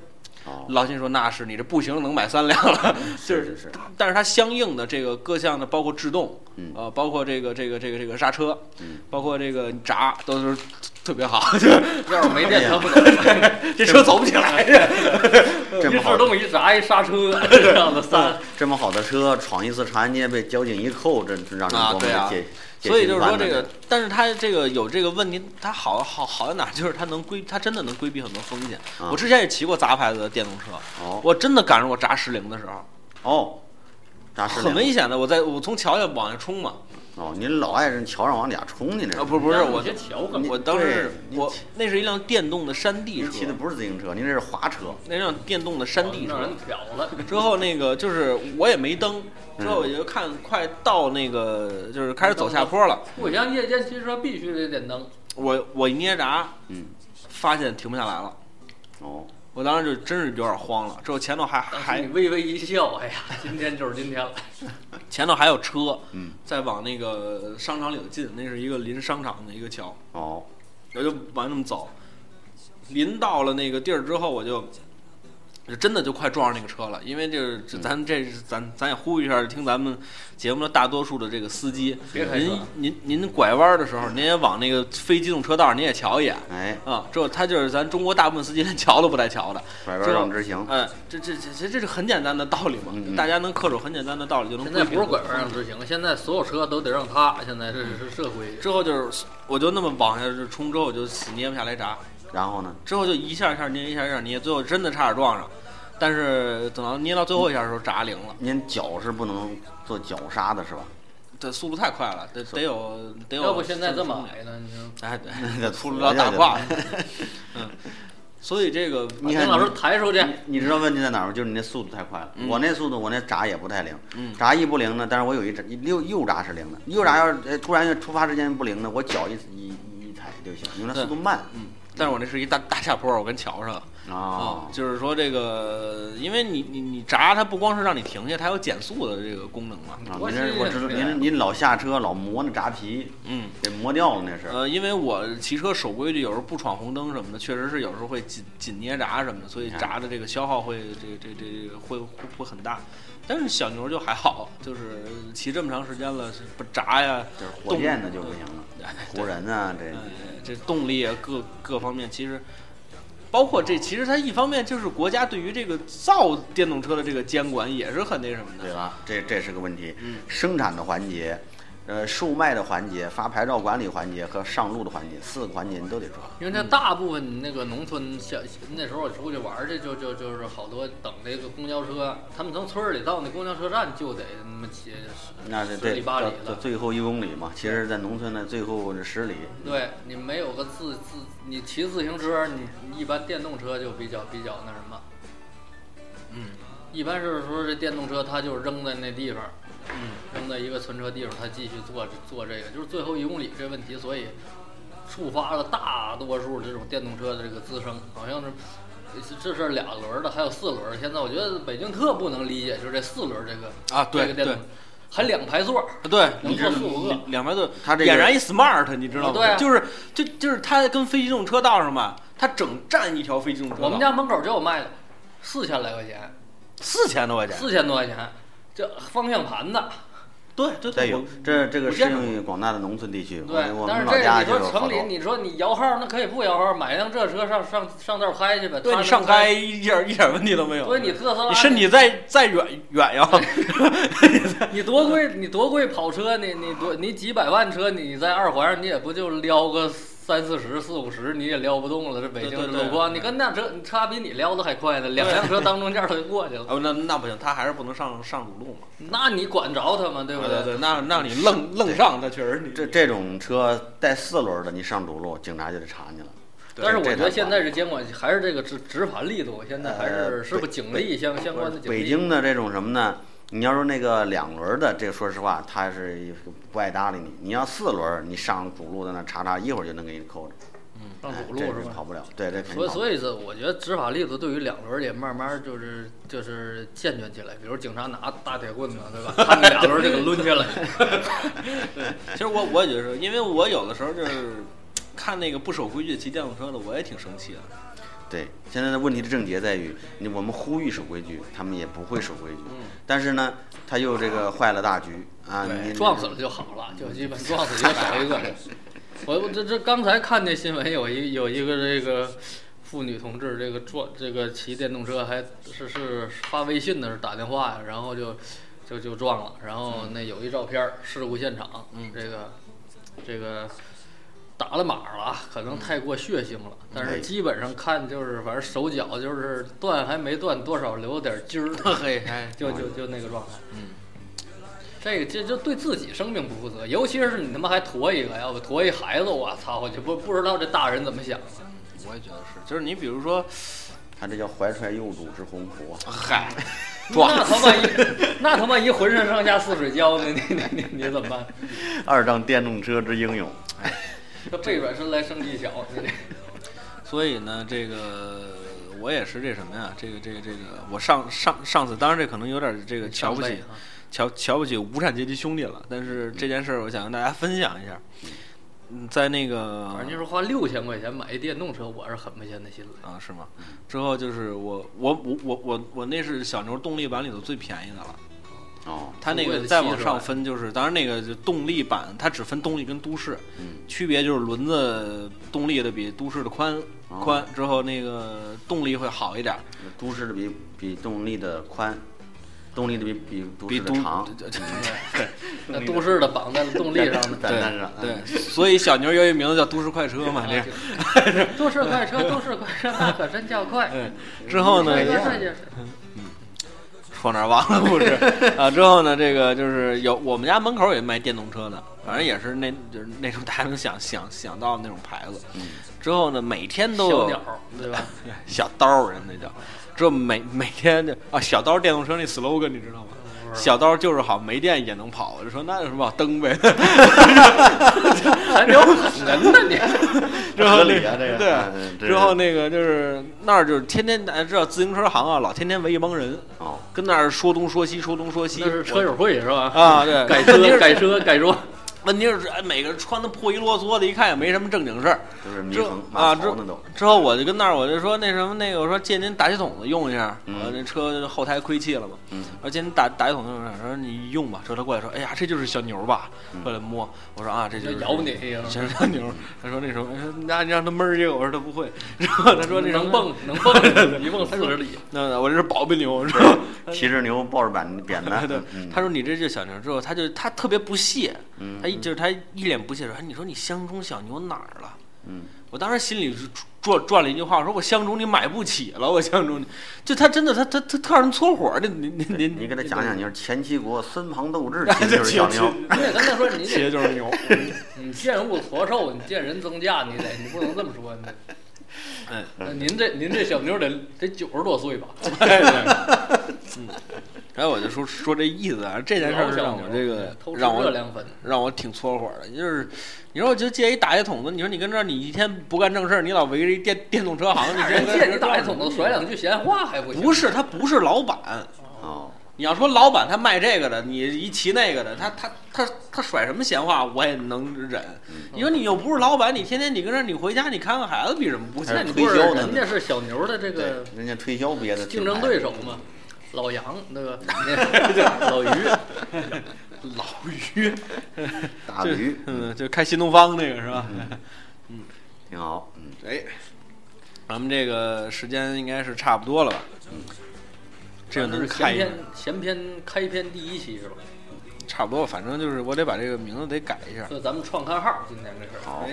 Speaker 5: 哦
Speaker 3: 老金说那是你这不行，能买三辆了，就是
Speaker 5: 是是，
Speaker 3: (laughs) 但是它相应的这个各项的，包括制动，
Speaker 5: 嗯
Speaker 3: 呃，包括这个这个这个这个刹车，
Speaker 5: 嗯
Speaker 3: 包括这个闸，都是特别
Speaker 5: (laughs)
Speaker 3: 好，就是
Speaker 4: (laughs) 要是没
Speaker 3: 哎
Speaker 4: 电，它不能。
Speaker 3: (laughs) 这车走不起
Speaker 5: (laughs)
Speaker 3: 来。
Speaker 5: 这
Speaker 4: 一
Speaker 5: 么好
Speaker 4: 制动一闸一
Speaker 3: (laughs)
Speaker 4: 刹车，这样的三。
Speaker 5: 这么好的车，闯一次长安街被交警一扣，这这让人
Speaker 3: 啊
Speaker 5: 多么
Speaker 3: 对啊
Speaker 5: 解解
Speaker 3: 所以
Speaker 5: 心
Speaker 3: 就是说
Speaker 5: 烦呢
Speaker 3: 这个，但是它这个有这个问题，它好好好在哪儿？就是它能规，它真的能规避很多风险。
Speaker 5: 啊
Speaker 3: 我之前也骑过杂牌子的电动车，
Speaker 5: 哦
Speaker 3: 我真的赶上过砸石林的时候，
Speaker 5: 哦，咋是
Speaker 3: 很危险的。我在我从桥下往下冲嘛，
Speaker 5: 哦，你老爱人桥上往底下冲去那
Speaker 3: 啊不不是我
Speaker 4: 这桥干嘛
Speaker 3: 我当时
Speaker 5: 对
Speaker 3: 我
Speaker 5: 你骑
Speaker 3: 那是一辆电动的山地
Speaker 5: 您
Speaker 3: 车
Speaker 5: 骑，的不是自行车，您这是滑车。
Speaker 3: 那辆电动的山地
Speaker 4: 让
Speaker 3: 车
Speaker 4: 人。挑了。
Speaker 3: (laughs) 之后那个就是我也没蹬，之后我
Speaker 5: 嗯
Speaker 3: 就看快到那个就是开始走下坡
Speaker 5: 嗯
Speaker 3: 了，
Speaker 4: 我像夜间骑车必须得点灯，
Speaker 3: 我我一捏闸，
Speaker 5: 嗯，
Speaker 3: 发现停不下来了。
Speaker 5: 哦，
Speaker 3: 我当时就真是有点慌了，之后前头还
Speaker 4: 当
Speaker 3: 还
Speaker 4: 时你微微一笑，哎呀，今天就是今天了。
Speaker 3: 前头还有车，
Speaker 5: 嗯，
Speaker 3: 再往那个商场里头进，那是一个临商场的一个桥，
Speaker 5: 哦，
Speaker 3: 我就往那么走，临到了那个地儿之后，我就就真的就快撞上那个车了，因为这个这
Speaker 5: 嗯
Speaker 3: 咱这是咱咱也呼吁一下，听咱们节目的大多数的这个司机，
Speaker 4: 别开车
Speaker 3: 您您您拐弯的时候，您也往那个非机动车道您也瞧一眼。
Speaker 5: 哎，
Speaker 3: 啊，之后他就是咱中国大部分司机连 (laughs) 瞧都不带瞧的，
Speaker 5: 拐弯让直行。
Speaker 3: 哎，这这这这这是很简单的道理嘛，
Speaker 5: 嗯嗯
Speaker 3: 就大家能恪守很简单的道理就能。嗯
Speaker 4: 现在不是啊拐弯让直行，现在所有车都得让他。现在这是社会，
Speaker 3: 之后就是，我就那么往下就冲，之后我就死捏不下来闸，
Speaker 5: 然后呢？
Speaker 3: 之后就一下一下捏，一下一下捏，最后真的差点撞上。但是等到捏到最后一下的时候，闸灵了，
Speaker 5: 您脚是不能做脚刹的，是吧？
Speaker 3: 这速度太快了，得得有得有。
Speaker 4: 嗯要不现在这么矮呢？你说，
Speaker 3: 哎，对，
Speaker 5: (laughs) 得
Speaker 3: 出不了大胯。嗯，所以这个
Speaker 5: 你看
Speaker 4: 丁老师抬出去，
Speaker 5: 你知道问题在哪儿吗？就是你那速度太快了。
Speaker 3: 嗯
Speaker 5: 我那速度，我那闸也不太灵，
Speaker 3: 嗯
Speaker 5: 闸一不灵呢，但是我有一闸右右闸是灵的，右闸要是哎突然要出发之前不灵呢，我脚一一一一踩就行，因为它速度慢
Speaker 3: 嗯，但是我那是一大大下坡，我跟桥上了
Speaker 5: 啊
Speaker 3: 啊，就是说这个，因为你你你闸它不光是让你停下，它有减速的这个功能嘛。
Speaker 5: 啊！
Speaker 4: 多
Speaker 5: 您
Speaker 4: 新
Speaker 5: 这我
Speaker 4: 鲜
Speaker 5: 知道，
Speaker 4: 对吧
Speaker 5: 您您老下车老磨那闸皮，
Speaker 3: 嗯，
Speaker 5: 给磨掉了那是。
Speaker 3: 呃，因为我骑车守规矩，有时候不闯红灯什么的，确实是有时候会紧紧捏闸什么的，所以
Speaker 5: 嗯
Speaker 3: 闸的这个消耗会这这这这会会会很大。但是小牛就还好，就是骑这么长时间了，是不闸呀，
Speaker 5: 就是火箭的就不行了，湖人啊这
Speaker 3: 呃，这动力啊各各方面其实。包括这，其实它一方面就是国家对于这个造电动车的这个监管也是很那什么的，
Speaker 5: 对吧？这这是个问题
Speaker 3: 嗯。
Speaker 5: 生产的环节，呃，售卖的环节，发牌照管理环节和上路的环节，四个环节你都得抓。
Speaker 4: 因为这大部分那个农村小那时候我出去玩儿去，就就就是好多等这个公交车，他们从村儿里到那公交车站就得那么骑
Speaker 5: 那
Speaker 4: 十
Speaker 5: 是
Speaker 4: 十里
Speaker 5: 对，
Speaker 4: 八里
Speaker 5: 到到
Speaker 4: 了。
Speaker 5: 最后一公里嘛，其实，在农村的最后这十里，
Speaker 4: 对你没有个自自，你骑自行车，你你一般电动车就比较比较那什么，
Speaker 3: 嗯，
Speaker 4: 一般是说这电动车它就扔在那地方，嗯，扔在一个存车地方，它继续做做这个，就是最后一公里这问题，所以触发了大多数这种电动车的这个滋生，好像是。这是俩轮儿的，还有四轮儿。现在我觉得北京特不能理解，就是这四轮儿这个
Speaker 3: 啊对
Speaker 4: 这个电动
Speaker 3: 对，
Speaker 4: 还两排座儿，
Speaker 3: 对，
Speaker 4: 能
Speaker 3: 你知道
Speaker 4: 坐四五个
Speaker 3: 两两排座，
Speaker 5: 它这个
Speaker 3: 俨然一 smart，你知道吗？
Speaker 4: 啊对啊
Speaker 3: 就是就就是它跟非机动车道上吧，它整占一条非机动车道。
Speaker 4: 我们家门口就有卖的，四千来块钱，
Speaker 3: 四千多块钱，
Speaker 4: 四千多块钱，这方向盘的，
Speaker 3: 对对
Speaker 5: 再
Speaker 3: 对，
Speaker 5: 有
Speaker 3: 我
Speaker 5: 这这个
Speaker 3: 我
Speaker 5: 适
Speaker 3: 见着
Speaker 5: 用于广大的农村地区。我
Speaker 4: 对
Speaker 5: 我。
Speaker 4: 但
Speaker 5: 们
Speaker 4: 是
Speaker 5: 老
Speaker 4: 这个
Speaker 5: 家
Speaker 4: 你
Speaker 5: 就有
Speaker 4: 说
Speaker 5: 好
Speaker 4: 城里，
Speaker 5: 多。
Speaker 4: 你说你摇号，那可以不摇号，买辆这车上上上道开去呗。
Speaker 3: 对
Speaker 4: 他
Speaker 3: 你
Speaker 4: 能
Speaker 3: 上
Speaker 4: 开
Speaker 3: 街，一点一点问题都没有。
Speaker 4: 所以你特斯拉，
Speaker 3: 你身体再再远远呀， (laughs)
Speaker 4: 你多贵，你多贵跑车，你你多你几百万车，你在二环上你也不就撩个三四十、四五十，你也撩不动了。这北京
Speaker 3: 对
Speaker 4: 这
Speaker 3: 对对
Speaker 4: 路况，你跟那车你差比你撩的还快呢，两辆车当中间儿它就过去了，
Speaker 3: 哦，那那不行，他还是不能上上主路嘛。
Speaker 4: 那你管着他吗？对不
Speaker 3: 对对，那那你愣愣上，那确实你
Speaker 5: 这这种车带四轮的，你上主路，警察就得查你了。
Speaker 3: 对
Speaker 4: 但是我
Speaker 5: 这
Speaker 4: 觉得
Speaker 5: 太
Speaker 4: 现
Speaker 5: 麻
Speaker 4: 在这监管还是这个执执法力度，现在还是
Speaker 5: 呃
Speaker 4: 是不
Speaker 5: 北
Speaker 4: 警力相相关的警力。
Speaker 5: 北京的这种什么呢？你要说那个两轮的，这个说实话，他是一个不爱搭理你。你要四轮，你上主路在那查查，一会儿就能给你扣着。
Speaker 4: 上主
Speaker 5: 哎
Speaker 4: 路
Speaker 5: 这
Speaker 4: 是
Speaker 5: 是
Speaker 4: 吧
Speaker 5: 跑？不了。对，这肯定
Speaker 4: 所以
Speaker 5: 跑不了。
Speaker 4: 所以说，我觉得执法力度对于两轮儿也慢慢就是就是健全起来。比如警察拿大铁棍子，对吧？他们俩轮儿就给抡起来。 (laughs)
Speaker 3: 其实我我也觉得是，因为我有的时候就是看那个不守规矩骑电动车的，我也挺生气的。
Speaker 5: 对，现在的问题的症结在于，你我们呼吁守规矩，他们也不会守规矩。
Speaker 3: 嗯
Speaker 5: 但是呢，他又这个坏了大局啊！你
Speaker 4: 撞死了就好了，就基本撞死一个少一个。我我这这刚才看这新闻，有一有一个这个妇女同志，这个撞这个骑电动车还是是发微信呢，是打电话呀，然后就就就撞了，然后那有一照片儿事故现场，这个这个。打了码了啊，可能太过血腥了，但
Speaker 5: 哎
Speaker 4: 是基本上看就是，反正手脚就是断还没断多少，留点筋儿，
Speaker 3: (laughs)
Speaker 4: 嘿，
Speaker 3: 哎
Speaker 4: 就就就那个状态。
Speaker 3: 嗯
Speaker 4: 这个这就对自己生命不负责，尤其是你他妈还驮一个，要不驮一孩子，我操，我就不不知道这大人怎
Speaker 3: (laughs)
Speaker 4: 么想的。
Speaker 3: 我也觉得是，就是你比如说，
Speaker 5: 他这叫怀揣幼主之鸿鹄啊！
Speaker 3: (laughs) 嗨，
Speaker 4: 那他妈一那他妈一浑身上下似水胶，你你你你你怎么办？ (laughs)
Speaker 5: 二仗电动车之英勇，
Speaker 4: 这背转身来生技巧，你这
Speaker 3: (laughs) 所以呢，这个我也是这什么呀？这个这个这个，我上上上次，当然这可能有点这个 (laughs) 瞧不
Speaker 4: (laughs) 上
Speaker 3: 起
Speaker 4: 辈啊，
Speaker 3: 瞧瞧不起无产阶级兄弟了，但是这件事儿我想跟大家分享一下。嗯，在那个
Speaker 4: 反正就是花六千块钱买一电动车，我是很不现在心里。
Speaker 3: 啊，是吗？之后就是我我我我我我那是小牛动力版里头最便宜的了。
Speaker 5: 哦，
Speaker 3: 它那
Speaker 4: 富贵
Speaker 3: 个
Speaker 4: 的
Speaker 3: 再
Speaker 4: 妻
Speaker 3: 往
Speaker 4: 是
Speaker 3: 上
Speaker 4: 吧
Speaker 3: 分就是，当然那个就动力版它只分动力跟都市，
Speaker 5: 嗯，
Speaker 3: 区别就是轮子动力的比都市的宽
Speaker 5: 哦
Speaker 3: 宽，之后那个动力会好一点儿，
Speaker 5: 都市的比比动力的宽，动力的比比都
Speaker 3: 比
Speaker 5: 市
Speaker 3: 都
Speaker 5: 的长，。
Speaker 3: 对
Speaker 4: 那都市的绑在了动力上
Speaker 3: (laughs)
Speaker 4: 呢
Speaker 5: (laughs) 单嗯上
Speaker 3: 对，对，所以小牛由于名字叫都市快车嘛，这样 (laughs)
Speaker 4: 都市快车，都市快车，那可真叫快。
Speaker 3: 嗯之后呢
Speaker 4: 帅
Speaker 5: 对
Speaker 4: 哥
Speaker 5: 呀
Speaker 4: 帅姐
Speaker 3: 说哪儿忘了故事啊？之后呢，这个就是有我们家门口也卖电动车的，反正也是那就是那种大家能想想想到的那种牌子。
Speaker 5: 嗯
Speaker 3: 之后呢，每天都
Speaker 4: 小
Speaker 3: 有
Speaker 4: 鸟，
Speaker 3: (laughs)
Speaker 4: 对吧？
Speaker 3: 小刀儿人那叫，之后每每天就啊小刀儿电动车那 slogan 你知道吗？
Speaker 4: 嗯
Speaker 3: 小刀儿就是好，没电也能跑。我就说那有什么好蹬呗。 (laughs)
Speaker 4: 还有狠人 (laughs) 呢你。
Speaker 3: 之后那
Speaker 5: 合理啊这个嗯这
Speaker 3: 对，
Speaker 5: 是
Speaker 3: 之后那个就是那儿就是天天大家知道自行车行啊，老天天围一帮人，
Speaker 5: 哦，
Speaker 3: 跟那儿说东说西，说东说西。
Speaker 4: 那是车友会是吧？
Speaker 3: 啊，对，
Speaker 4: 改
Speaker 3: 问题
Speaker 4: 车
Speaker 3: 是
Speaker 4: 改车改装，
Speaker 3: 问题是，哎，每个人穿的破衣啰嗦的，一看也没什么正经事儿。
Speaker 5: 都是迷
Speaker 3: 之
Speaker 5: 横
Speaker 3: 啊
Speaker 5: 马
Speaker 3: 之
Speaker 5: 槽
Speaker 3: (laughs)
Speaker 5: 那都，
Speaker 3: 之后我就跟那儿，我就说那什么那个，我说借您打气筒子用一下，
Speaker 5: 嗯
Speaker 3: 我那车后台亏气了嘛，
Speaker 5: 嗯
Speaker 3: 我说借您打打气筒子用一下，说你用吧。之后他过来说，哎呀，这就是小牛吧？
Speaker 5: 嗯
Speaker 3: 过来摸，我说啊，这就是
Speaker 4: 咬你一样
Speaker 3: (laughs) 小小牛。他说那什么，哎那你让他闷儿这个，我说他不会。然后他说那什么
Speaker 4: 能蹦
Speaker 3: (laughs)
Speaker 4: 能蹦，一蹦四十里。
Speaker 3: 那我这是宝贝牛，是吧？
Speaker 5: 骑着牛抱着板扁
Speaker 3: 哎
Speaker 5: 担，
Speaker 3: 对
Speaker 5: 嗯，
Speaker 3: 他说你这就是小牛之后，他就他特别不屑，
Speaker 5: 嗯
Speaker 3: 他一就是他一脸不屑说，哎，你说你相中小牛哪儿了？
Speaker 5: 嗯，
Speaker 3: 我当时心里就转转了一句话，我说我相中你买不起了，我相中你，就他真的他他他特让人搓火儿，这您您您
Speaker 5: 你给他讲讲，你说前七国孙庞斗
Speaker 3: (laughs)
Speaker 5: 志
Speaker 3: 这
Speaker 5: 骑的就是小牛，
Speaker 4: 你得跟他说，你
Speaker 3: 企业
Speaker 4: 得
Speaker 3: 就是 (laughs) 牛，
Speaker 4: 你见物活受，你见人增价，你得你不能这么说。你得
Speaker 3: 哎，
Speaker 4: 那您这您这小妞得得九十多岁吧？
Speaker 3: 嗯然后我就说说这意思啊，这件事儿
Speaker 4: 老小
Speaker 3: 让我
Speaker 4: 妞
Speaker 3: 这个
Speaker 4: 偷吃
Speaker 3: 让
Speaker 4: 热
Speaker 3: 我
Speaker 4: 量粉，
Speaker 3: 让我挺搓火的，就是你说我就借一打一筒子，你说你跟这儿你一天不干正事儿，你老围着一电电动车
Speaker 4: (laughs)
Speaker 3: 行，你
Speaker 4: 那
Speaker 3: 哎这
Speaker 4: 人借你打一筒子甩两句闲话还不行？
Speaker 3: 不是他不是老板，
Speaker 5: 哦，
Speaker 3: 你要说老板他卖这个的，你一骑那个的，他他他他甩什么闲话我也能忍。
Speaker 4: 嗯
Speaker 3: 你说你又不是老板，你天天你跟这儿你回家你看看孩子，比什么不行
Speaker 5: 还
Speaker 4: 那你
Speaker 5: 是？推
Speaker 4: 不是
Speaker 5: 销呢
Speaker 4: 人家是小牛的这
Speaker 5: 对
Speaker 4: 个，
Speaker 5: 人家推销
Speaker 3: 呃
Speaker 5: 别的
Speaker 4: 竞争对手嘛，老杨
Speaker 3: (laughs)
Speaker 4: 那个老于，
Speaker 3: 老 (laughs) 于，
Speaker 5: 大驴，嗯
Speaker 3: 嗯，就开新东方那个是吧？
Speaker 5: 挺好，嗯，
Speaker 3: 哎，咱们这个时间应该是差不多了吧？ (laughs) 这个
Speaker 4: 这
Speaker 3: 能
Speaker 4: 是
Speaker 3: 看
Speaker 4: 闲
Speaker 3: 一下
Speaker 4: 篇，闲篇开篇第一期是吧？
Speaker 3: 差不多，反正就是我得把这个名字得改一下
Speaker 4: 就咱们创刊号今天这事儿，
Speaker 5: 好，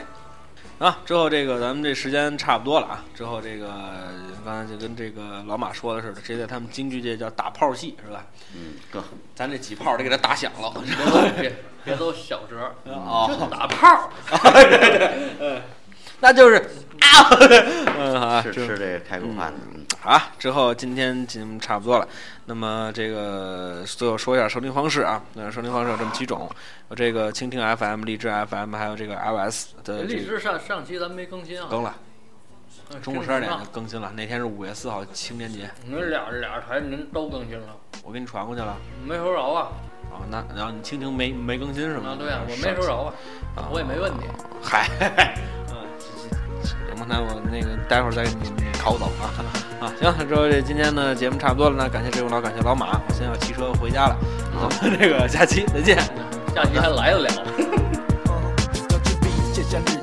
Speaker 3: 啊。之后这个咱们这时间差不多了啊。之后这个刚才就跟这个老马说的似的，这在他们京剧界叫打炮戏是吧？
Speaker 5: 嗯，哥，
Speaker 3: 咱这几炮得给它打响了。
Speaker 4: 别都别别都小折，
Speaker 3: (laughs) 哦，
Speaker 4: 打炮，
Speaker 3: (laughs) 那就是啊， (laughs) 嗯好啊，
Speaker 5: 是
Speaker 3: 就
Speaker 5: 吃这个开口饭的，嗯
Speaker 3: 好啊。之后今天节目差不多了，那么这个最后说一下收听方式啊，那收听方式有这么几种，有这个蜻蜓 FM、荔枝 FM，还有这个 iOS 的呃这
Speaker 4: 哎荔
Speaker 3: 个
Speaker 4: 枝上上期咱们没更新啊，
Speaker 3: 更了，
Speaker 4: 嗯
Speaker 3: 中午十二点就更新了。那天是五月四号清明节，
Speaker 4: 你们俩俩台您都更新了，
Speaker 3: 我给你传过去了。
Speaker 4: 没收着啊？
Speaker 3: 啊，那然后你蜻蜓没没更新是吗？
Speaker 4: 啊，对啊，我没收着啊，我也没问你。
Speaker 3: (laughs) 嗨，嗯，行吧，那我那个待会儿再给你你
Speaker 5: 逃走啊！
Speaker 3: 啊， (laughs) 行，说这今天呢节目差不多了呢，感谢志勇老，感谢老马，我现在要骑车回家了，咱们这个下期再见。
Speaker 4: 嗯下期还来得了。
Speaker 7: 要去比，接下来